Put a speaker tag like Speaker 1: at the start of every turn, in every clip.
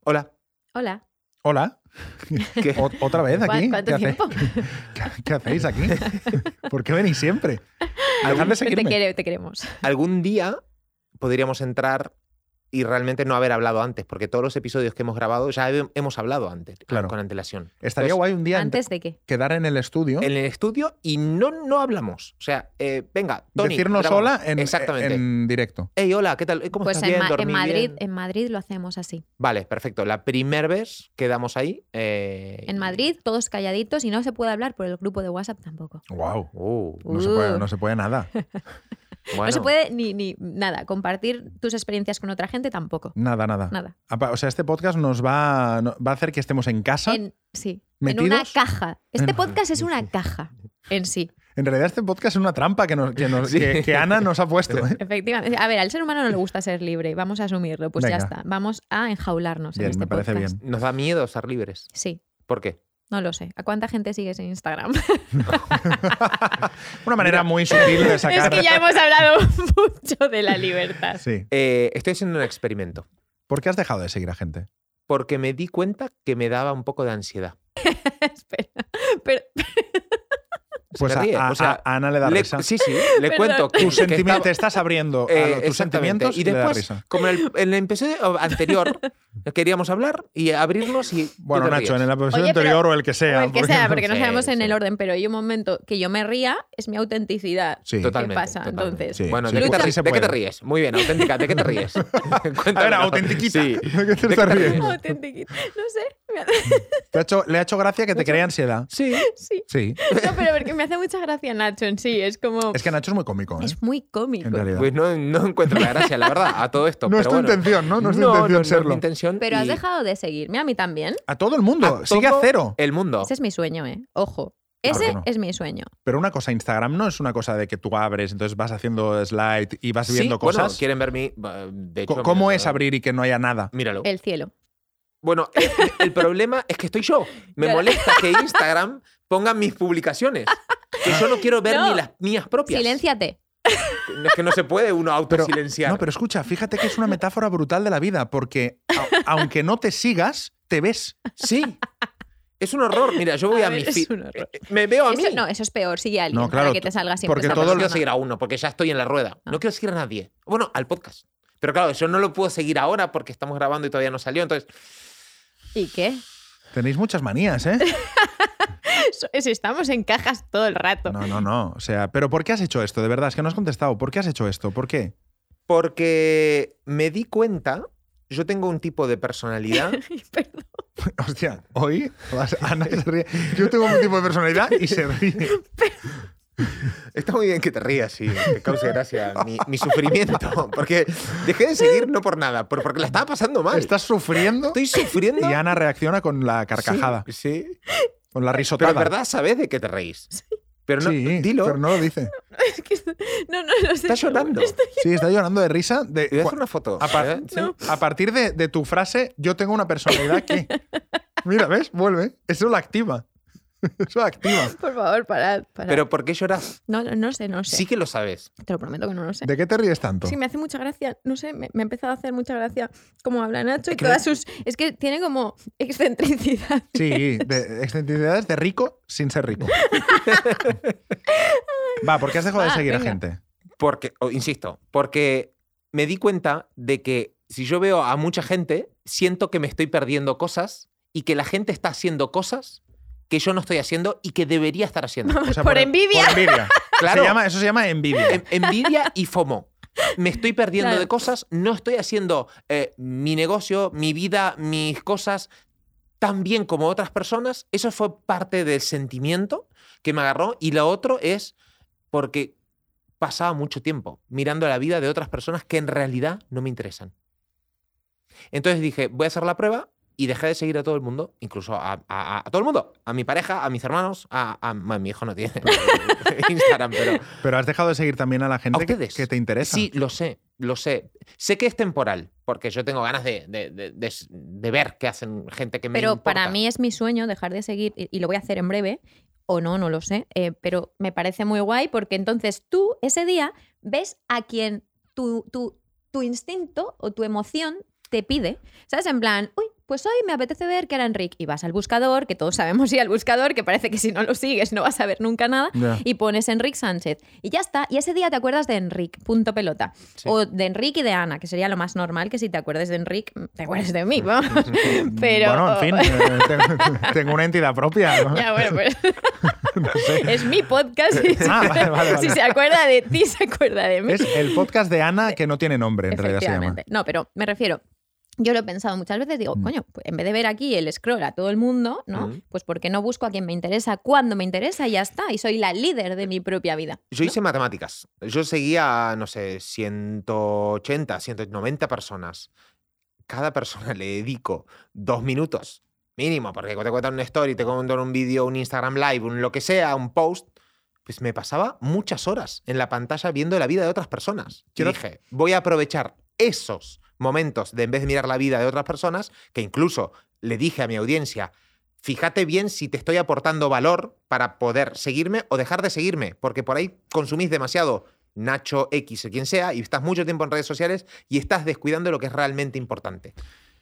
Speaker 1: Hola.
Speaker 2: Hola.
Speaker 3: Hola.
Speaker 1: ¿Qué?
Speaker 3: O- ¿Otra vez aquí?
Speaker 2: ¿Cuánto
Speaker 3: ¿Qué, hacéis?
Speaker 2: tiempo?
Speaker 3: ¿Qué- qué hacéis aquí? ¿Por qué venís siempre? Dejadme
Speaker 2: Te,
Speaker 3: seguirme.
Speaker 2: quiere- te queremos.
Speaker 1: Algún día podríamos entrar y realmente no haber hablado antes, porque todos los episodios que hemos grabado ya he- hemos hablado antes,
Speaker 3: Claro.
Speaker 1: con antelación.
Speaker 3: Estaría
Speaker 1: Entonces,
Speaker 3: guay un día
Speaker 2: pues, ¿Antes de qué?
Speaker 3: quedar en el estudio,
Speaker 1: En el estudio y no, no hablamos. O sea, eh, venga, Tony.
Speaker 3: decirnos
Speaker 1: grabamos.
Speaker 3: hola en,
Speaker 1: Exactamente.
Speaker 3: en directo.
Speaker 1: Hey, hola, ¿qué tal? Eh, ¿Cómo
Speaker 2: Pues
Speaker 1: estás?
Speaker 2: en,
Speaker 1: Bien,
Speaker 2: Ma- en
Speaker 1: dormí
Speaker 2: Madrid,
Speaker 1: bien.
Speaker 2: en Madrid lo hacemos así.
Speaker 1: Vale, perfecto. La primera vez quedamos ahí. eh,
Speaker 2: En
Speaker 1: y-
Speaker 2: Madrid, todos calladitos y no se puede hablar por el grupo de WhatsApp tampoco.
Speaker 3: Wow.
Speaker 1: Uh,
Speaker 3: No, se puede,
Speaker 2: Uh.
Speaker 3: no se puede nada.
Speaker 1: bueno.
Speaker 2: No se puede ni, ni nada. Compartir tus experiencias con otra gente tampoco.
Speaker 3: Nada, nada.
Speaker 2: Nada.
Speaker 3: Apa- O sea, este podcast nos va, no- va a hacer que estemos en casa. En,
Speaker 2: En, sí.
Speaker 3: ¿Metidos?
Speaker 2: En una caja. Este
Speaker 3: En-
Speaker 2: podcast es una caja en sí.
Speaker 3: realidad, este podcast es una trampa que, nos- que, nos-
Speaker 1: Sí.
Speaker 3: que- que Ana nos ha puesto. ¿eh?
Speaker 2: Efectivamente. A ver, al ser humano no le gusta ser libre. Vamos a asumirlo. Pues
Speaker 3: Venga.
Speaker 2: ya está. Vamos a enjaularnos
Speaker 3: Bien,
Speaker 2: en este
Speaker 3: me parece
Speaker 2: podcast.
Speaker 3: bien.
Speaker 1: Nos da miedo estar libres.
Speaker 2: Sí.
Speaker 1: ¿Por qué?
Speaker 2: No lo sé. ¿A cuánta gente sigues en Instagram?
Speaker 3: Una manera muy sutil de
Speaker 2: es
Speaker 3: sacar.
Speaker 2: que ya hemos hablado mucho de la libertad.
Speaker 3: Sí.
Speaker 1: Eh, estoy haciendo un experimento.
Speaker 3: ¿Por qué has dejado de seguir a gente?
Speaker 1: Porque me di cuenta que me daba un poco de ansiedad.
Speaker 2: Espera. Pero,
Speaker 1: Se
Speaker 3: Pues
Speaker 1: me
Speaker 3: a,
Speaker 1: ríe,
Speaker 3: a-
Speaker 1: o sea,
Speaker 3: a Ana le da
Speaker 1: le-
Speaker 3: risa.
Speaker 1: sí, sí, le
Speaker 2: Perdón.
Speaker 1: cuento que,
Speaker 3: Tus
Speaker 1: que
Speaker 3: sentimi-
Speaker 1: estaba-
Speaker 3: te estás abriendo
Speaker 1: eh,
Speaker 3: a lo- tus
Speaker 1: exactamente.
Speaker 3: sentimientos
Speaker 1: y
Speaker 3: y le da
Speaker 1: después,
Speaker 3: risa.
Speaker 1: como en el, en el episodio anterior, queríamos hablar y abrirnos y. tú
Speaker 3: Bueno,
Speaker 1: te
Speaker 3: Nacho,
Speaker 1: ríes.
Speaker 3: en el episodio
Speaker 2: Oye, pero-
Speaker 3: anterior o el que sea.
Speaker 2: o el que sea, porque no
Speaker 1: Sí,
Speaker 2: sabemos en
Speaker 1: sí.
Speaker 2: el orden, pero hay un momento que yo me ría, es mi autenticidad.
Speaker 3: Sí.
Speaker 1: Totalmente.
Speaker 2: pasa,
Speaker 1: totalmente.
Speaker 2: entonces?
Speaker 3: Sí,
Speaker 1: bueno,
Speaker 3: sí,
Speaker 1: ¿de, qué te
Speaker 3: sí
Speaker 1: ríes?
Speaker 3: se
Speaker 1: ¿de qué te
Speaker 3: puede.
Speaker 1: ríes? Muy bien, auténtica, ¿de qué te ríes?
Speaker 3: A ver,
Speaker 1: Cuéntamelo.
Speaker 3: autentiquita.
Speaker 1: Sí.
Speaker 3: ¿De qué
Speaker 1: ¿De
Speaker 3: te
Speaker 1: qué te
Speaker 3: ríes?
Speaker 1: ríes?
Speaker 2: Autentiquita. No sé. me ha-
Speaker 3: Te ha hecho- le ha hecho gracia que te crea ansiedad.
Speaker 1: Sí.
Speaker 2: Sí.
Speaker 3: Sí.
Speaker 2: No, pero porque me hace mucha gracia Nacho en sí. Es como.
Speaker 3: Es que Nacho es muy cómico, ¿eh?
Speaker 2: Es muy cómico.
Speaker 3: En realidad.
Speaker 1: Pues no, no encuentro la gracia, la verdad, a todo esto.
Speaker 3: no es
Speaker 1: pero
Speaker 3: tu
Speaker 1: bueno.
Speaker 3: intención, ¿no? No es tu
Speaker 1: no,
Speaker 3: intención
Speaker 1: no es
Speaker 3: serlo.
Speaker 1: mi intención.
Speaker 2: Pero has
Speaker 1: y
Speaker 2: dejado de seguirme a mí también.
Speaker 3: A todo el mundo.
Speaker 1: a
Speaker 3: Sigue a
Speaker 1: todo
Speaker 3: cero.
Speaker 1: El mundo.
Speaker 2: Ese es mi sueño, ¿eh? Ojo.
Speaker 3: Claro
Speaker 2: Ese
Speaker 3: que no.
Speaker 2: es mi sueño.
Speaker 3: Pero una cosa, Instagram no es una cosa de que tú abres, entonces vas haciendo slide y vas
Speaker 1: Sí,
Speaker 3: viendo
Speaker 1: bueno,
Speaker 3: cosas.
Speaker 1: quieren ver mi. De hecho, ¿eh?
Speaker 3: Co- ¿Cómo
Speaker 1: mira,
Speaker 3: es abrir y que no haya nada?
Speaker 1: Míralo.
Speaker 2: El cielo.
Speaker 1: Bueno, eh, el, el problema es que estoy yo. Me
Speaker 2: Claro.
Speaker 1: molesta que Instagram ponga mis publicaciones. Que yo no quiero ver
Speaker 2: No.
Speaker 1: ni las mías propias.
Speaker 2: Silénciate.
Speaker 1: No, Es que no se puede uno autosilenciar.
Speaker 3: No, pero escucha, fíjate que es una metáfora brutal de la vida, porque a- aunque no te sigas, te ves.
Speaker 1: Sí. Es un horror. Mira, yo voy a,
Speaker 2: A ver,
Speaker 1: mi
Speaker 2: es
Speaker 1: feed.
Speaker 2: un horror.
Speaker 1: eh, Me veo a mí.
Speaker 2: Eso, no, eso es peor. Sigue a alguien
Speaker 3: No, claro,
Speaker 2: para que te salga siempre.
Speaker 3: porque
Speaker 2: esa
Speaker 1: No, pero no
Speaker 3: todo el-
Speaker 1: quiero
Speaker 2: persona.
Speaker 1: seguir a uno porque ya estoy en la rueda. No
Speaker 2: Ah.
Speaker 1: quiero seguir a nadie. Bueno, al podcast. Pero claro, yo no lo puedo seguir ahora porque estamos grabando y todavía no salió. Entonces,
Speaker 2: ¿Y qué?
Speaker 3: Tenéis muchas manías, ¿eh?
Speaker 2: Eso- es- estamos en cajas todo el rato.
Speaker 3: No, no, no. O sea, ¿pero por qué has hecho esto? De verdad, es que no has contestado. ¿Por qué has hecho esto? ¿Por qué?
Speaker 1: porque me di cuenta, yo tengo un tipo de personalidad.
Speaker 2: Perdón.
Speaker 3: Hostia, hoy vas- Ana se ríe. Yo tengo un tipo de personalidad y se ríe.
Speaker 1: Está muy bien que te rías y te cause gracia mi, mi sufrimiento. Porque dejé de seguir no por nada, por- porque la estaba pasando mal.
Speaker 3: Estás sufriendo
Speaker 1: Estoy sufriendo.
Speaker 3: y Ana reacciona con la carcajada,
Speaker 1: Sí, sí.
Speaker 3: con la
Speaker 1: Pero
Speaker 3: risotada.
Speaker 1: en verdad sabes de qué te reís. Pero no,
Speaker 3: sí,
Speaker 1: dilo.
Speaker 3: pero no lo dice.
Speaker 2: Es que esto- no, no, no sé.
Speaker 1: Estás llorando. Te este
Speaker 3: Sí, está llorando de risa. De,
Speaker 1: voy a hacer una foto.
Speaker 3: a, par-
Speaker 1: ¿eh? Sí.
Speaker 3: a partir de, de tu frase, yo tengo una personalidad que. Mira, ¿ves? Vuelve. Eso la activa. Eso la activa.
Speaker 2: Por favor, parad. parad.
Speaker 1: Pero ¿por qué lloras?
Speaker 2: No, no, no sé, no sé.
Speaker 1: Sí que lo sabes.
Speaker 2: Te lo prometo que no lo sé.
Speaker 3: ¿De qué te ríes tanto?
Speaker 2: Sí, me hace mucha gracia, no sé, me, me ha empezado a hacer mucha gracia como habla Nacho y
Speaker 3: que
Speaker 2: todas sus... Es que tiene como excentricidad.
Speaker 3: Sí, de excentricidades de rico sin ser rico. Va, ¿por qué has dejado de
Speaker 2: Va,
Speaker 3: seguir a
Speaker 2: venga.
Speaker 3: gente?
Speaker 1: Porque, o, insisto, porque me di cuenta de que si yo veo a mucha gente, siento que me estoy perdiendo cosas y que la gente está haciendo cosas que yo no estoy haciendo y que debería estar haciendo.
Speaker 3: O sea,
Speaker 2: Pues Por envidia. Eh,
Speaker 3: Por envidia.
Speaker 1: Claro.
Speaker 3: Se llama- eso se llama envidia.
Speaker 1: En- envidia y FOMO. Me estoy perdiendo
Speaker 2: Claro.
Speaker 1: de cosas, no estoy haciendo eh, mi negocio, mi vida, mis cosas tan bien como otras personas. Eso fue parte del sentimiento que me agarró. Y lo otro es porque pasaba mucho tiempo mirando la vida de otras personas que en realidad no me interesan. Entonces dije, voy a hacer la prueba y dejé de seguir a todo el mundo, incluso a, a- a- a todo el mundo, a mi pareja, a mis hermanos, a, a- bueno, mi hijo no tiene Instagram, pero
Speaker 3: Pero has dejado de seguir también a la gente
Speaker 1: ¿A
Speaker 3: que,
Speaker 1: ustedes?
Speaker 3: que te interesa.
Speaker 1: Sí, lo sé, lo sé. Sé que es temporal, porque yo tengo ganas de, de- de- de- de ver qué hacen gente que me
Speaker 2: Pero
Speaker 1: importa.
Speaker 2: para mí es mi sueño dejar de seguir, y y lo voy a hacer en breve, o no, no lo sé, eh, pero me parece muy guay porque entonces tú ese día ves a quien tu, tu, tu instinto o tu emoción te pide. ¿Sabes? En plan, uy, pues hoy me apetece ver que era Enric. Y vas al buscador, que todos sabemos ir al buscador, que parece que si no lo sigues no vas a ver nunca nada.
Speaker 3: Ya.
Speaker 2: Y pones Enric Sánchez. Y ya está. Y ese día te acuerdas de Enric, punto pelota.
Speaker 1: Sí.
Speaker 2: O de Enric y de Ana, que sería lo más normal que si te acuerdes de Enric, te acuerdes de mí, ¿no? Pero.
Speaker 3: Pues, mm, Bueno, en fin, eh, tengo, tengo una entidad propia. ¿no?
Speaker 2: Ya, bueno, pues- es mi podcast. y si-
Speaker 3: Ah, vale, vale,
Speaker 2: Si
Speaker 3: vale.
Speaker 2: se acuerda de ti, se acuerda de mí.
Speaker 3: Es el podcast de Ana que no tiene nombre, en realidad se llama.
Speaker 2: Efectivamente. No, pero me refiero. Yo lo he pensado muchas veces, digo,
Speaker 3: Mm.
Speaker 2: coño, pues en vez de ver aquí el scroll a todo el mundo, ¿no?
Speaker 1: Mm.
Speaker 2: Pues porque no busco a quien me interesa, cuando me interesa y ya está. Y soy la líder de mi propia vida.
Speaker 1: Yo hice matemáticas. Yo seguía, no sé, 180, 190 personas. Cada persona le dedico dos minutos mínimo, porque te cuentan una story, te cuentan un vídeo, un Instagram live, un lo que sea, un post. Pues me pasaba muchas horas en la pantalla viendo la vida de otras personas. Yo
Speaker 3: Quiero-
Speaker 1: dije, voy a aprovechar esos momentos de en vez de mirar la vida de otras personas, que incluso le dije a mi audiencia, fíjate bien si te estoy aportando valor para poder seguirme o dejar de seguirme, porque por ahí consumís demasiado Nacho X o quien sea y estás mucho tiempo en redes sociales y estás descuidando lo que es realmente importante.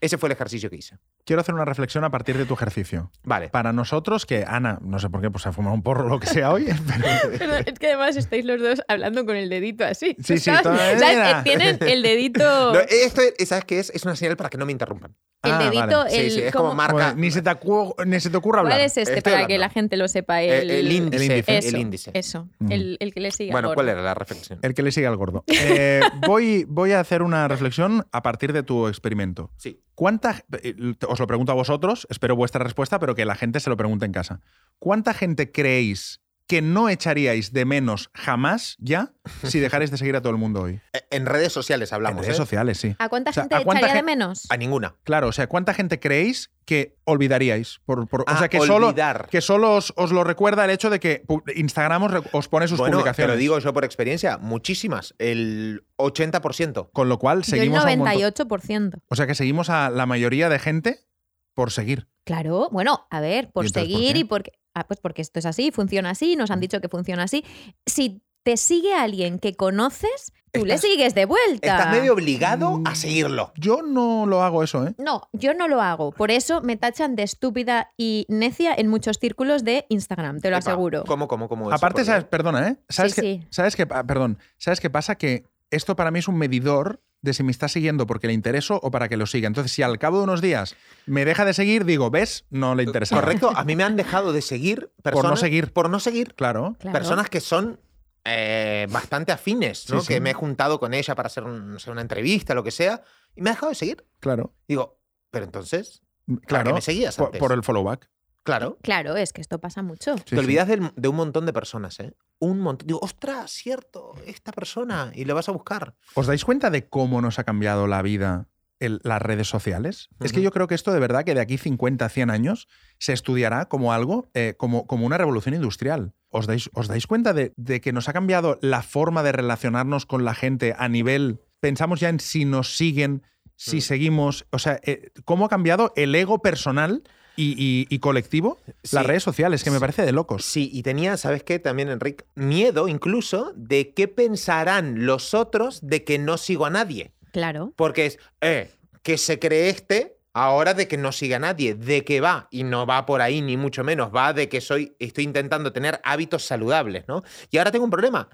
Speaker 1: Ese fue el ejercicio que hice.
Speaker 3: Quiero hacer una reflexión a partir de tu ejercicio.
Speaker 1: Vale.
Speaker 3: Para nosotros, que Ana, no sé por qué, pues se ha fumado un porro o lo que sea hoy, pero
Speaker 2: Perdón, es que además estáis los dos hablando con el dedito así.
Speaker 3: Sí, sí,
Speaker 2: ¿Sabes?
Speaker 3: todavía-
Speaker 2: ¿Sabes? Eh, Tienen el dedito.
Speaker 1: No, esto, es- ¿sabes qué es? Es una señal para que no me interrumpan.
Speaker 2: El
Speaker 3: Ah,
Speaker 2: dedito.
Speaker 3: vale.
Speaker 1: Sí,
Speaker 2: el,
Speaker 1: sí, es como
Speaker 2: ¿cómo-
Speaker 1: marca.
Speaker 3: Bueno, ni, se te acu- ni se te ocurra hablar.
Speaker 2: ¿Cuál es este
Speaker 1: Estoy
Speaker 2: para que
Speaker 1: hablando.
Speaker 2: la gente lo sepa?
Speaker 1: Eh,
Speaker 2: El,
Speaker 1: El, índice. El índice.
Speaker 2: Eso, Eso,
Speaker 3: Mm.
Speaker 2: el, el que le sigue.
Speaker 1: Bueno,
Speaker 2: por-
Speaker 1: ¿cuál era la reflexión?
Speaker 3: El que le sigue al gordo. Eh, voy, voy a hacer una reflexión a partir de tu experimento.
Speaker 1: Sí.
Speaker 3: ¿Cuánta, eh, os lo pregunto a vosotros, espero vuestra respuesta, pero que la gente se lo pregunte en casa. ¿Cuánta gente creéis que no echaríais de menos jamás ya si dejarais de seguir a todo el mundo hoy?
Speaker 1: Eh, En redes sociales hablamos.
Speaker 3: en redes
Speaker 1: ¿eh?
Speaker 3: sociales, sí.
Speaker 2: ¿A cuánta
Speaker 3: O sea,
Speaker 2: gente
Speaker 3: ¿a cuánta
Speaker 2: echaría de
Speaker 3: gen-
Speaker 2: menos?
Speaker 1: A ninguna.
Speaker 3: Claro, o sea, ¿cuánta gente creéis que olvidaríais? Por, por- o
Speaker 1: Ah,
Speaker 3: sea, que solo,
Speaker 1: olvidar.
Speaker 3: que solo os, os lo recuerda el hecho de que pu- Instagram os, re- os pone sus
Speaker 1: bueno, te
Speaker 3: publicaciones.
Speaker 1: lo digo yo por experiencia, muchísimas. El 80%.
Speaker 3: Con lo cual
Speaker 2: Yo el
Speaker 3: seguimos a un montón-
Speaker 2: 98%.
Speaker 3: O sea que seguimos a la mayoría de gente por seguir.
Speaker 2: Claro, bueno, a ver, por
Speaker 3: ¿Y entonces por
Speaker 2: seguir
Speaker 3: qué? Mm.
Speaker 2: y porque. Ah, pues porque esto es así, funciona así, nos han dicho que funciona así. Si te sigue alguien que conoces, tú le
Speaker 1: Estás-
Speaker 2: sigues de vuelta.
Speaker 1: Estás medio obligado
Speaker 3: Mm.
Speaker 1: a seguirlo.
Speaker 3: Yo no lo hago eso, ¿eh?
Speaker 2: No, yo no lo hago. Por eso me tachan de estúpida y necia en muchos círculos de Instagram, te lo
Speaker 1: Epa,
Speaker 2: aseguro.
Speaker 1: ¿Cómo, cómo, cómo? eso
Speaker 3: Aparte,
Speaker 1: podría-
Speaker 3: sabes, perdona, ¿eh? ¿Sabes
Speaker 2: Sí,
Speaker 3: que,
Speaker 2: sí.
Speaker 3: ¿sabes que, ah, perdón, ¿sabes qué pasa? Que esto para mí es un medidor de si me está siguiendo porque le intereso o para que lo siga. Entonces, si al cabo de unos días me deja de seguir, digo, ¿ves? No le interesa.
Speaker 1: Eh, Correcto, a mí me han dejado de seguir personas.
Speaker 3: seguir.
Speaker 1: Por no seguir.
Speaker 3: Claro.
Speaker 2: Claro.
Speaker 1: personas que son eh, bastante afines, ¿no?
Speaker 3: Sí, sí.
Speaker 1: Que me he juntado con ella para hacer un- no sé, una entrevista, lo que sea, y me ha dejado de seguir.
Speaker 3: Claro.
Speaker 1: Digo, pero entonces, ¿para
Speaker 3: Claro.
Speaker 1: qué me seguías
Speaker 3: Por,
Speaker 1: antes?
Speaker 3: por el follow back.
Speaker 1: Claro.
Speaker 2: Claro, es que esto pasa mucho.
Speaker 3: Sí, sí.
Speaker 1: Te olvidas del- de un montón de personas, ¿eh? Un montón. Digo, ostras, cierto, esta persona, y la vas a buscar.
Speaker 3: ¿Os dais cuenta de cómo nos ha cambiado la vida el- las redes sociales? Es que
Speaker 1: Ujú.
Speaker 3: yo creo que esto de verdad que de aquí 50, 100 años se estudiará como algo, eh, como, como una revolución industrial. ¿Os dais, os dais cuenta de, de que nos ha cambiado la forma de relacionarnos con la gente a nivel, pensamos ya en si nos siguen, si
Speaker 1: Mm.
Speaker 3: seguimos, o sea, eh, cómo ha cambiado el ego personal y, y- y colectivo las
Speaker 1: Sí.
Speaker 3: redes sociales, que me
Speaker 1: Sí.
Speaker 3: parece de locos.
Speaker 1: Sí, y tenía, ¿sabes qué? También, Enric, miedo incluso de qué pensarán los otros de que no sigo a nadie.
Speaker 2: Claro.
Speaker 1: Porque es, eh, que se cree este ahora de que no sigue a nadie, de que va, y no va por ahí, ni mucho menos, va de que soy, estoy intentando tener hábitos saludables, ¿no? Y ahora tengo un problema.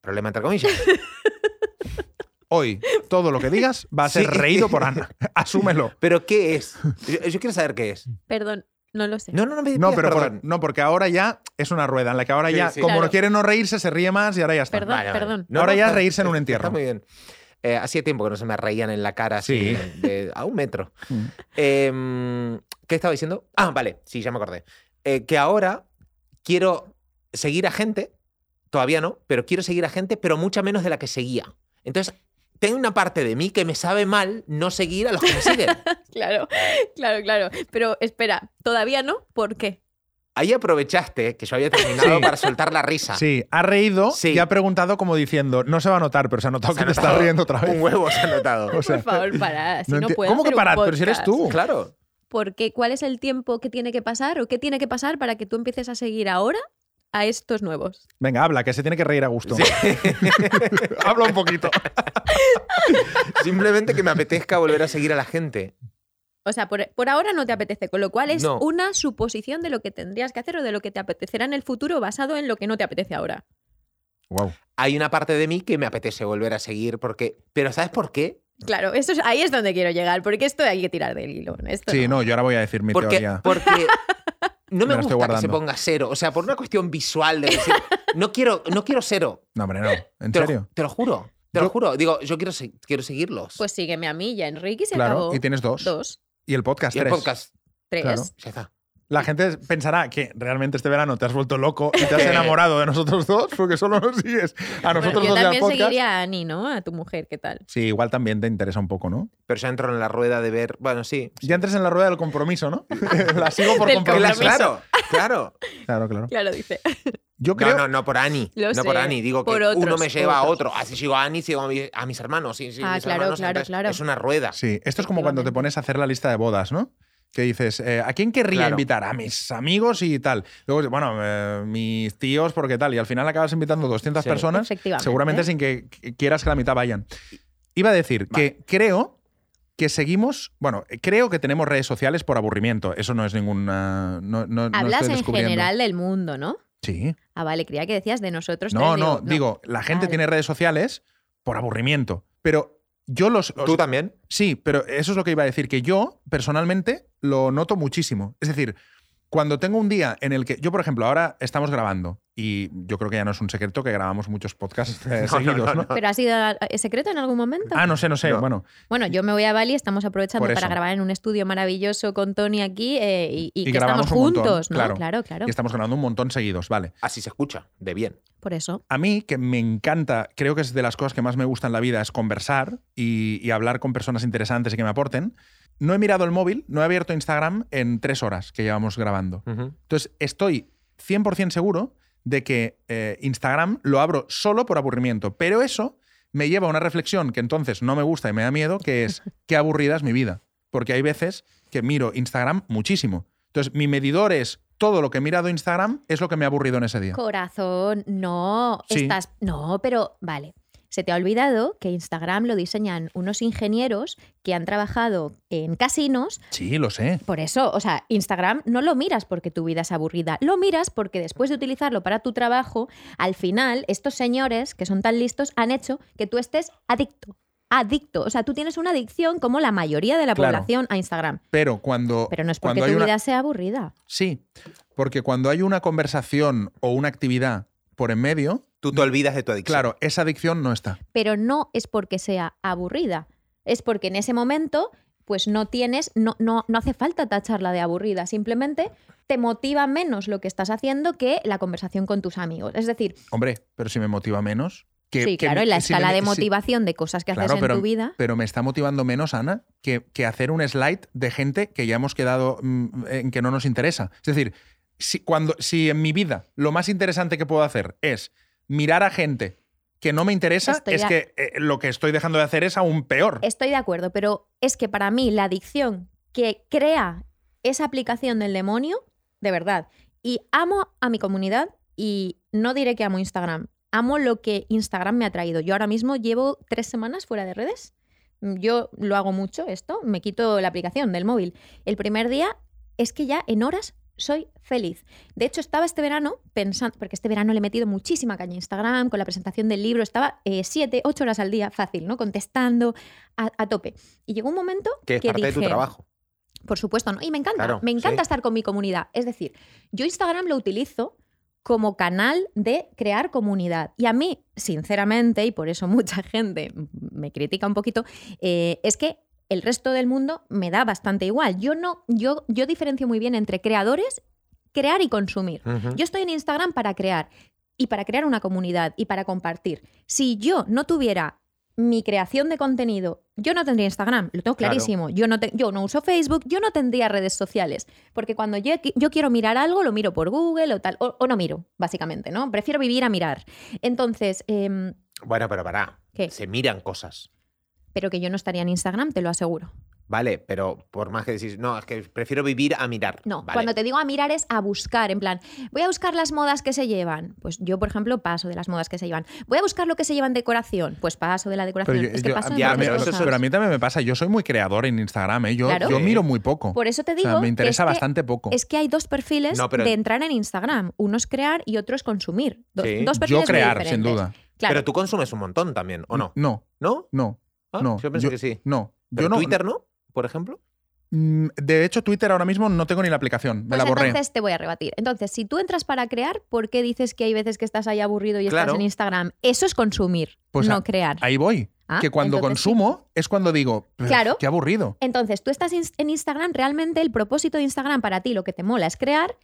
Speaker 1: Problema entre comillas.
Speaker 3: Hoy, todo lo que digas va a ser
Speaker 1: Sí.
Speaker 3: reído por Ana. Asúmelo.
Speaker 1: ¿Pero qué es? Yo, yo quiero saber qué es.
Speaker 2: Perdón, no lo sé.
Speaker 1: No, no, no me
Speaker 3: No,
Speaker 1: pidas
Speaker 3: pero por-
Speaker 1: perdón.
Speaker 3: no, porque ahora ya es una rueda en la que ahora
Speaker 1: Sí,
Speaker 3: ya,
Speaker 1: sí.
Speaker 3: como
Speaker 2: Claro.
Speaker 3: no quiere no reírse, se ríe más y ahora ya está.
Speaker 2: Perdón. perdón.
Speaker 3: Ahora ya
Speaker 1: está-
Speaker 3: reírse en un
Speaker 1: está
Speaker 3: entierro.
Speaker 1: muy bien. Eh, hacía tiempo que no se me reían en la cara así, de- a un metro.
Speaker 3: Mm.
Speaker 1: Em, ¿Qué estaba diciendo? Ah, vale, sí, ya me acordé. Eh, que ahora quiero seguir a gente, todavía no, pero quiero seguir a gente, pero mucha menos de la que seguía. Entonces, tengo una parte de mí que me sabe mal no seguir a los que me siguen.
Speaker 2: Claro, claro, claro. Pero espera, todavía no, ¿por qué?
Speaker 1: Ahí aprovechaste que yo había terminado
Speaker 3: Sí.
Speaker 1: para soltar la risa.
Speaker 3: Sí, ha reído
Speaker 1: Sí.
Speaker 3: y ha preguntado como diciendo, no se va a notar, pero se ha notado
Speaker 1: Se
Speaker 3: que
Speaker 1: ha
Speaker 3: te estás
Speaker 1: notado
Speaker 3: riendo otra vez.
Speaker 1: Un huevo se ha notado.
Speaker 3: O sea, uh.
Speaker 2: Por favor, parad. Si
Speaker 3: no
Speaker 2: no,
Speaker 3: enti-
Speaker 2: puedo
Speaker 3: ¿Cómo que
Speaker 2: hacer un
Speaker 3: parad? Pero si eres
Speaker 2: podcast.
Speaker 3: tú.
Speaker 1: Claro.
Speaker 2: ¿Por qué? ¿Cuál es el tiempo que tiene que pasar o qué tiene que pasar para que tú empieces a seguir ahora a estos nuevos?
Speaker 3: Venga, habla, que se tiene que reír a gusto.
Speaker 1: Sí.
Speaker 3: habla un poquito.
Speaker 1: Simplemente que me apetezca volver a seguir a la gente.
Speaker 2: O sea, por, por ahora no te apetece, con lo cual es
Speaker 1: No.
Speaker 2: una suposición de lo que tendrías que hacer o de lo que te apetecerá en el futuro basado en lo que no te apetece ahora.
Speaker 3: Wow.
Speaker 1: Hay una parte de mí que me apetece volver a seguir porque... Pero ¿sabes por qué?
Speaker 2: Claro, eso es, ahí es donde quiero llegar, porque esto hay que tirar del hilo. Esto
Speaker 3: Sí,
Speaker 2: no.
Speaker 3: no, yo ahora voy a decir mi
Speaker 1: Porque,
Speaker 3: teoría.
Speaker 1: porque no
Speaker 3: Me
Speaker 1: me
Speaker 3: la
Speaker 1: gusta que
Speaker 3: estoy
Speaker 1: se
Speaker 3: guardando.
Speaker 1: ponga cero. O sea, por una cuestión visual de decir, no quiero, no quiero cero.
Speaker 3: No, hombre, no. ¿En
Speaker 1: Te lo,
Speaker 3: serio?
Speaker 1: te lo juro. Te
Speaker 3: Yo-
Speaker 1: lo juro. Digo, yo quiero, se- quiero seguirlos.
Speaker 2: Pues sígueme a mí y a Enrique y se
Speaker 3: Claro,
Speaker 2: acabó.
Speaker 3: y tienes dos.
Speaker 2: Dos,
Speaker 3: Y el podcast,
Speaker 1: y el
Speaker 3: tres.
Speaker 1: podcast,
Speaker 2: tres.
Speaker 3: Claro.
Speaker 1: ya está.
Speaker 3: La gente pensará que realmente este verano te has vuelto loco y te has
Speaker 1: Sí.
Speaker 3: enamorado de nosotros dos porque solo nos sigues a
Speaker 2: Bueno,
Speaker 3: nosotros
Speaker 2: yo
Speaker 3: dos y al
Speaker 2: también
Speaker 3: podcast.
Speaker 2: seguiría a Ani, ¿no? A tu mujer, ¿qué tal?
Speaker 3: Sí, igual también te interesa un poco, ¿no?
Speaker 1: Pero ya entro en la rueda de ver. Bueno, sí.
Speaker 3: Ya entres en la rueda del compromiso, ¿no? la sigo por
Speaker 2: Del
Speaker 3: compromiso.
Speaker 2: compromiso.
Speaker 1: Claro, claro.
Speaker 3: Claro, claro.
Speaker 2: Claro, dice.
Speaker 3: Yo
Speaker 1: No,
Speaker 3: creo.
Speaker 1: no, no por Ani.
Speaker 2: Lo
Speaker 1: no por
Speaker 2: sé.
Speaker 1: Ani. Digo que
Speaker 2: Por otros,
Speaker 1: uno me lleva a
Speaker 2: otros.
Speaker 1: otro. Así sigo a Ani, sigo a, mi- a mis hermanos. sí, sí,
Speaker 2: Ah,
Speaker 1: mis
Speaker 2: claro,
Speaker 1: hermanos.
Speaker 2: claro,
Speaker 1: Entonces,
Speaker 2: claro.
Speaker 1: Es una rueda.
Speaker 3: Sí, esto es como cuando te
Speaker 2: Efectivamente.
Speaker 3: pones a hacer la lista de bodas, ¿no? Que dices, eh, ¿a quién querría
Speaker 1: Claro.
Speaker 3: invitar? A mis amigos y tal. Luego, bueno, eh, mis tíos, porque tal. Y al final acabas invitando 200
Speaker 1: Sí.
Speaker 3: personas,
Speaker 2: Efectivamente.
Speaker 3: seguramente sin que qu- quieras que la mitad vayan. Iba a decir que creo que seguimos, bueno, creo que tenemos redes sociales por aburrimiento. Eso no es ninguna... No, no- no
Speaker 2: Hablas
Speaker 3: estoy
Speaker 2: en
Speaker 3: descubriendo.
Speaker 2: general del mundo, ¿no?
Speaker 3: Sí.
Speaker 2: Ah, vale, creía que decías de nosotros.
Speaker 3: No,
Speaker 2: tres,
Speaker 3: no, Pues digo, la gente
Speaker 2: Vale.
Speaker 3: tiene redes sociales por aburrimiento. Pero yo los...
Speaker 1: ¿Tú también?
Speaker 3: Sí, pero eso es lo que iba a decir, que yo personalmente lo noto muchísimo. Es decir, cuando tengo un día en el que, yo por ejemplo, ahora estamos grabando y yo creo que ya no es un secreto que grabamos muchos podcasts eh,
Speaker 1: No, no,
Speaker 3: seguidos,
Speaker 1: no,
Speaker 3: ¿no?
Speaker 1: no.
Speaker 2: ¿Pero ha sido eh, secreto en algún momento?
Speaker 3: Ah, no sé, no sé.
Speaker 1: No.
Speaker 3: Bueno,
Speaker 2: Bueno, yo me voy a Bali, estamos aprovechando
Speaker 3: Por
Speaker 2: para
Speaker 3: eso.
Speaker 2: grabar en un estudio maravilloso con Tony aquí eh, y, y
Speaker 3: Y
Speaker 2: que estamos
Speaker 3: grabamos un montón,
Speaker 2: juntos, ¿no?
Speaker 3: claro.
Speaker 2: claro, claro.
Speaker 3: y estamos grabando un montón seguidos, vale.
Speaker 1: Así se escucha, de bien.
Speaker 2: Por eso.
Speaker 3: A mí, que me encanta, creo que es de las cosas que más me gusta en la vida, es conversar y, y hablar con personas interesantes y que me aporten. No he mirado el móvil, no he abierto Instagram en tres horas que llevamos grabando.
Speaker 1: Ujú.
Speaker 3: Entonces, estoy 100% seguro de que eh, Instagram lo abro solo por aburrimiento. Pero eso me lleva a una reflexión que entonces no me gusta y me da miedo, que es qué aburrida es mi vida. Porque hay veces que miro Instagram muchísimo. Entonces, mi medidor es todo lo que he mirado en Instagram es lo que me ha aburrido en ese día.
Speaker 2: Corazón, no,
Speaker 3: Sí.
Speaker 2: estás. No, pero vale. Se te ha olvidado que Instagram lo diseñan unos ingenieros que han trabajado en casinos.
Speaker 3: Sí, lo sé.
Speaker 2: Por eso, o sea, Instagram no lo miras porque tu vida es aburrida. Lo miras porque después de utilizarlo para tu trabajo, al final, estos señores que son tan listos han hecho que tú estés adicto. Adicto. O sea, tú tienes una adicción como la mayoría de la
Speaker 3: Claro.
Speaker 2: población a Instagram.
Speaker 3: Pero cuando,
Speaker 2: Pero no es porque
Speaker 3: cuando
Speaker 2: tu
Speaker 3: hay una...
Speaker 2: vida sea aburrida.
Speaker 3: Sí, porque cuando hay una conversación o una actividad por en medio,
Speaker 1: Tú te olvidas de tu adicción.
Speaker 3: claro, esa adicción no está.
Speaker 2: pero no es porque sea aburrida, es porque en ese momento pues no tienes, no, no, no hace falta tacharla de aburrida, simplemente te motiva menos lo que estás haciendo que la conversación con tus amigos. Es decir,
Speaker 3: Hombre, pero si me motiva menos. Que,
Speaker 2: sí,
Speaker 3: que
Speaker 2: claro,
Speaker 3: me-
Speaker 2: en la
Speaker 3: si me-
Speaker 2: escala de
Speaker 3: si-
Speaker 2: motivación de cosas que
Speaker 3: Claro,
Speaker 2: haces en
Speaker 3: pero-
Speaker 2: tu vida,
Speaker 3: Pero me está motivando menos, Ana, que, que hacer un slide de gente que ya hemos quedado mm, en que no nos interesa. Es decir, si, cuando, si en mi vida lo más interesante que puedo hacer es mirar a gente que no me interesa,
Speaker 2: Estoy
Speaker 3: es
Speaker 2: a-
Speaker 3: que eh, lo que estoy dejando de hacer es aún peor.
Speaker 2: estoy de acuerdo, pero es que para mí la adicción que crea esa aplicación del demonio, de verdad, y amo a mi comunidad y no diré que amo Instagram, amo lo que Instagram me ha traído. Yo ahora mismo llevo tres semanas fuera de redes. Mm, Yo lo hago mucho esto, me quito la aplicación del móvil. El primer día es que ya en horas soy feliz. De hecho, estaba este verano pensando, porque este verano le he metido muchísima caña a Instagram, con la presentación del libro, estaba eh, siete, ocho horas al día, fácil, ¿no? Contestando a, a tope. Y llegó un momento
Speaker 1: Que es
Speaker 2: que
Speaker 1: parte de tu
Speaker 2: dije,
Speaker 1: trabajo.
Speaker 2: por supuesto, ¿no? Y me encanta,
Speaker 1: Claro,
Speaker 2: me encanta
Speaker 1: sí.
Speaker 2: estar con mi comunidad. Es decir, yo Instagram lo utilizo como canal de crear comunidad. Y a mí, sinceramente, y por eso mucha gente me critica un poquito, eh, es que el resto del mundo me da bastante igual. Yo no, yo, yo diferencio muy bien entre creadores, crear y consumir.
Speaker 1: Ujú.
Speaker 2: Yo estoy en Instagram para crear y para crear una comunidad y para compartir. Si yo no tuviera mi creación de contenido, yo no tendría Instagram, lo tengo
Speaker 1: Claro.
Speaker 2: clarísimo. Yo, no te- yo no uso Facebook, yo no tendría redes sociales, porque cuando yo, qui- yo quiero mirar algo, lo miro por Google o tal, o, o no miro, básicamente, ¿no? Prefiero vivir a mirar. Entonces, em,
Speaker 1: Bueno, pero pará.
Speaker 2: ¿Qué?
Speaker 1: Se miran cosas.
Speaker 2: pero que yo no estaría en Instagram, te lo aseguro.
Speaker 1: Vale, pero por más que decís, no, es que prefiero vivir a mirar.
Speaker 2: No,
Speaker 1: Vale.
Speaker 2: cuando te digo a mirar es a buscar, en plan, voy a buscar las modas que se llevan. Pues yo, por ejemplo, paso de las modas que se llevan. Voy a buscar lo que se lleva en decoración. Pues paso de la decoración.
Speaker 3: Pero, yo-
Speaker 2: es que
Speaker 3: yo-
Speaker 2: paso de
Speaker 1: ya,
Speaker 3: a
Speaker 2: muchas
Speaker 3: mí-
Speaker 1: pero
Speaker 3: pero,
Speaker 1: eso es-
Speaker 2: cosas.
Speaker 3: a mí también me pasa, yo soy muy creador en Instagram, ¿eh? yo,
Speaker 2: Claro.
Speaker 3: yo
Speaker 1: Sí.
Speaker 3: miro muy poco.
Speaker 2: Por eso te
Speaker 3: o
Speaker 2: digo
Speaker 3: sea, me
Speaker 2: que
Speaker 3: interesa
Speaker 2: es que-
Speaker 3: bastante poco.
Speaker 2: Es que hay dos perfiles
Speaker 1: No, pero-
Speaker 2: de entrar en Instagram. Uno es crear y otro es consumir. Do-
Speaker 1: Sí.
Speaker 2: Dos perfiles
Speaker 3: yo
Speaker 2: muy
Speaker 3: crear, sin
Speaker 2: diferentes.
Speaker 3: duda.
Speaker 2: Claro.
Speaker 1: Pero tú consumes un montón también, ¿o no?
Speaker 3: No,
Speaker 1: ¿No?
Speaker 3: no,
Speaker 1: Ah,
Speaker 3: Mm, no.
Speaker 1: Yo pensé que sí.
Speaker 3: No.
Speaker 1: Pero
Speaker 3: yo no,
Speaker 1: ¿Twitter no? Por ejemplo.
Speaker 3: Mm, De hecho, Twitter ahora mismo no tengo ni la aplicación, me
Speaker 2: Pues
Speaker 3: la borré.
Speaker 2: entonces te voy a rebatir. Entonces, si tú entras para crear, ¿por qué dices que hay veces que estás ahí aburrido y
Speaker 1: Claro.
Speaker 2: estás en Instagram? Eso es consumir,
Speaker 3: Pues
Speaker 2: no
Speaker 3: a-
Speaker 2: crear.
Speaker 3: Ahí voy.
Speaker 2: Ah,
Speaker 3: que cuando
Speaker 2: entonces sí.
Speaker 3: consumo es cuando digo, "Pues,
Speaker 2: Claro.
Speaker 3: qué aburrido.
Speaker 2: Entonces, tú estás ins- en Instagram, realmente el propósito de Instagram para ti, lo que te mola es crear.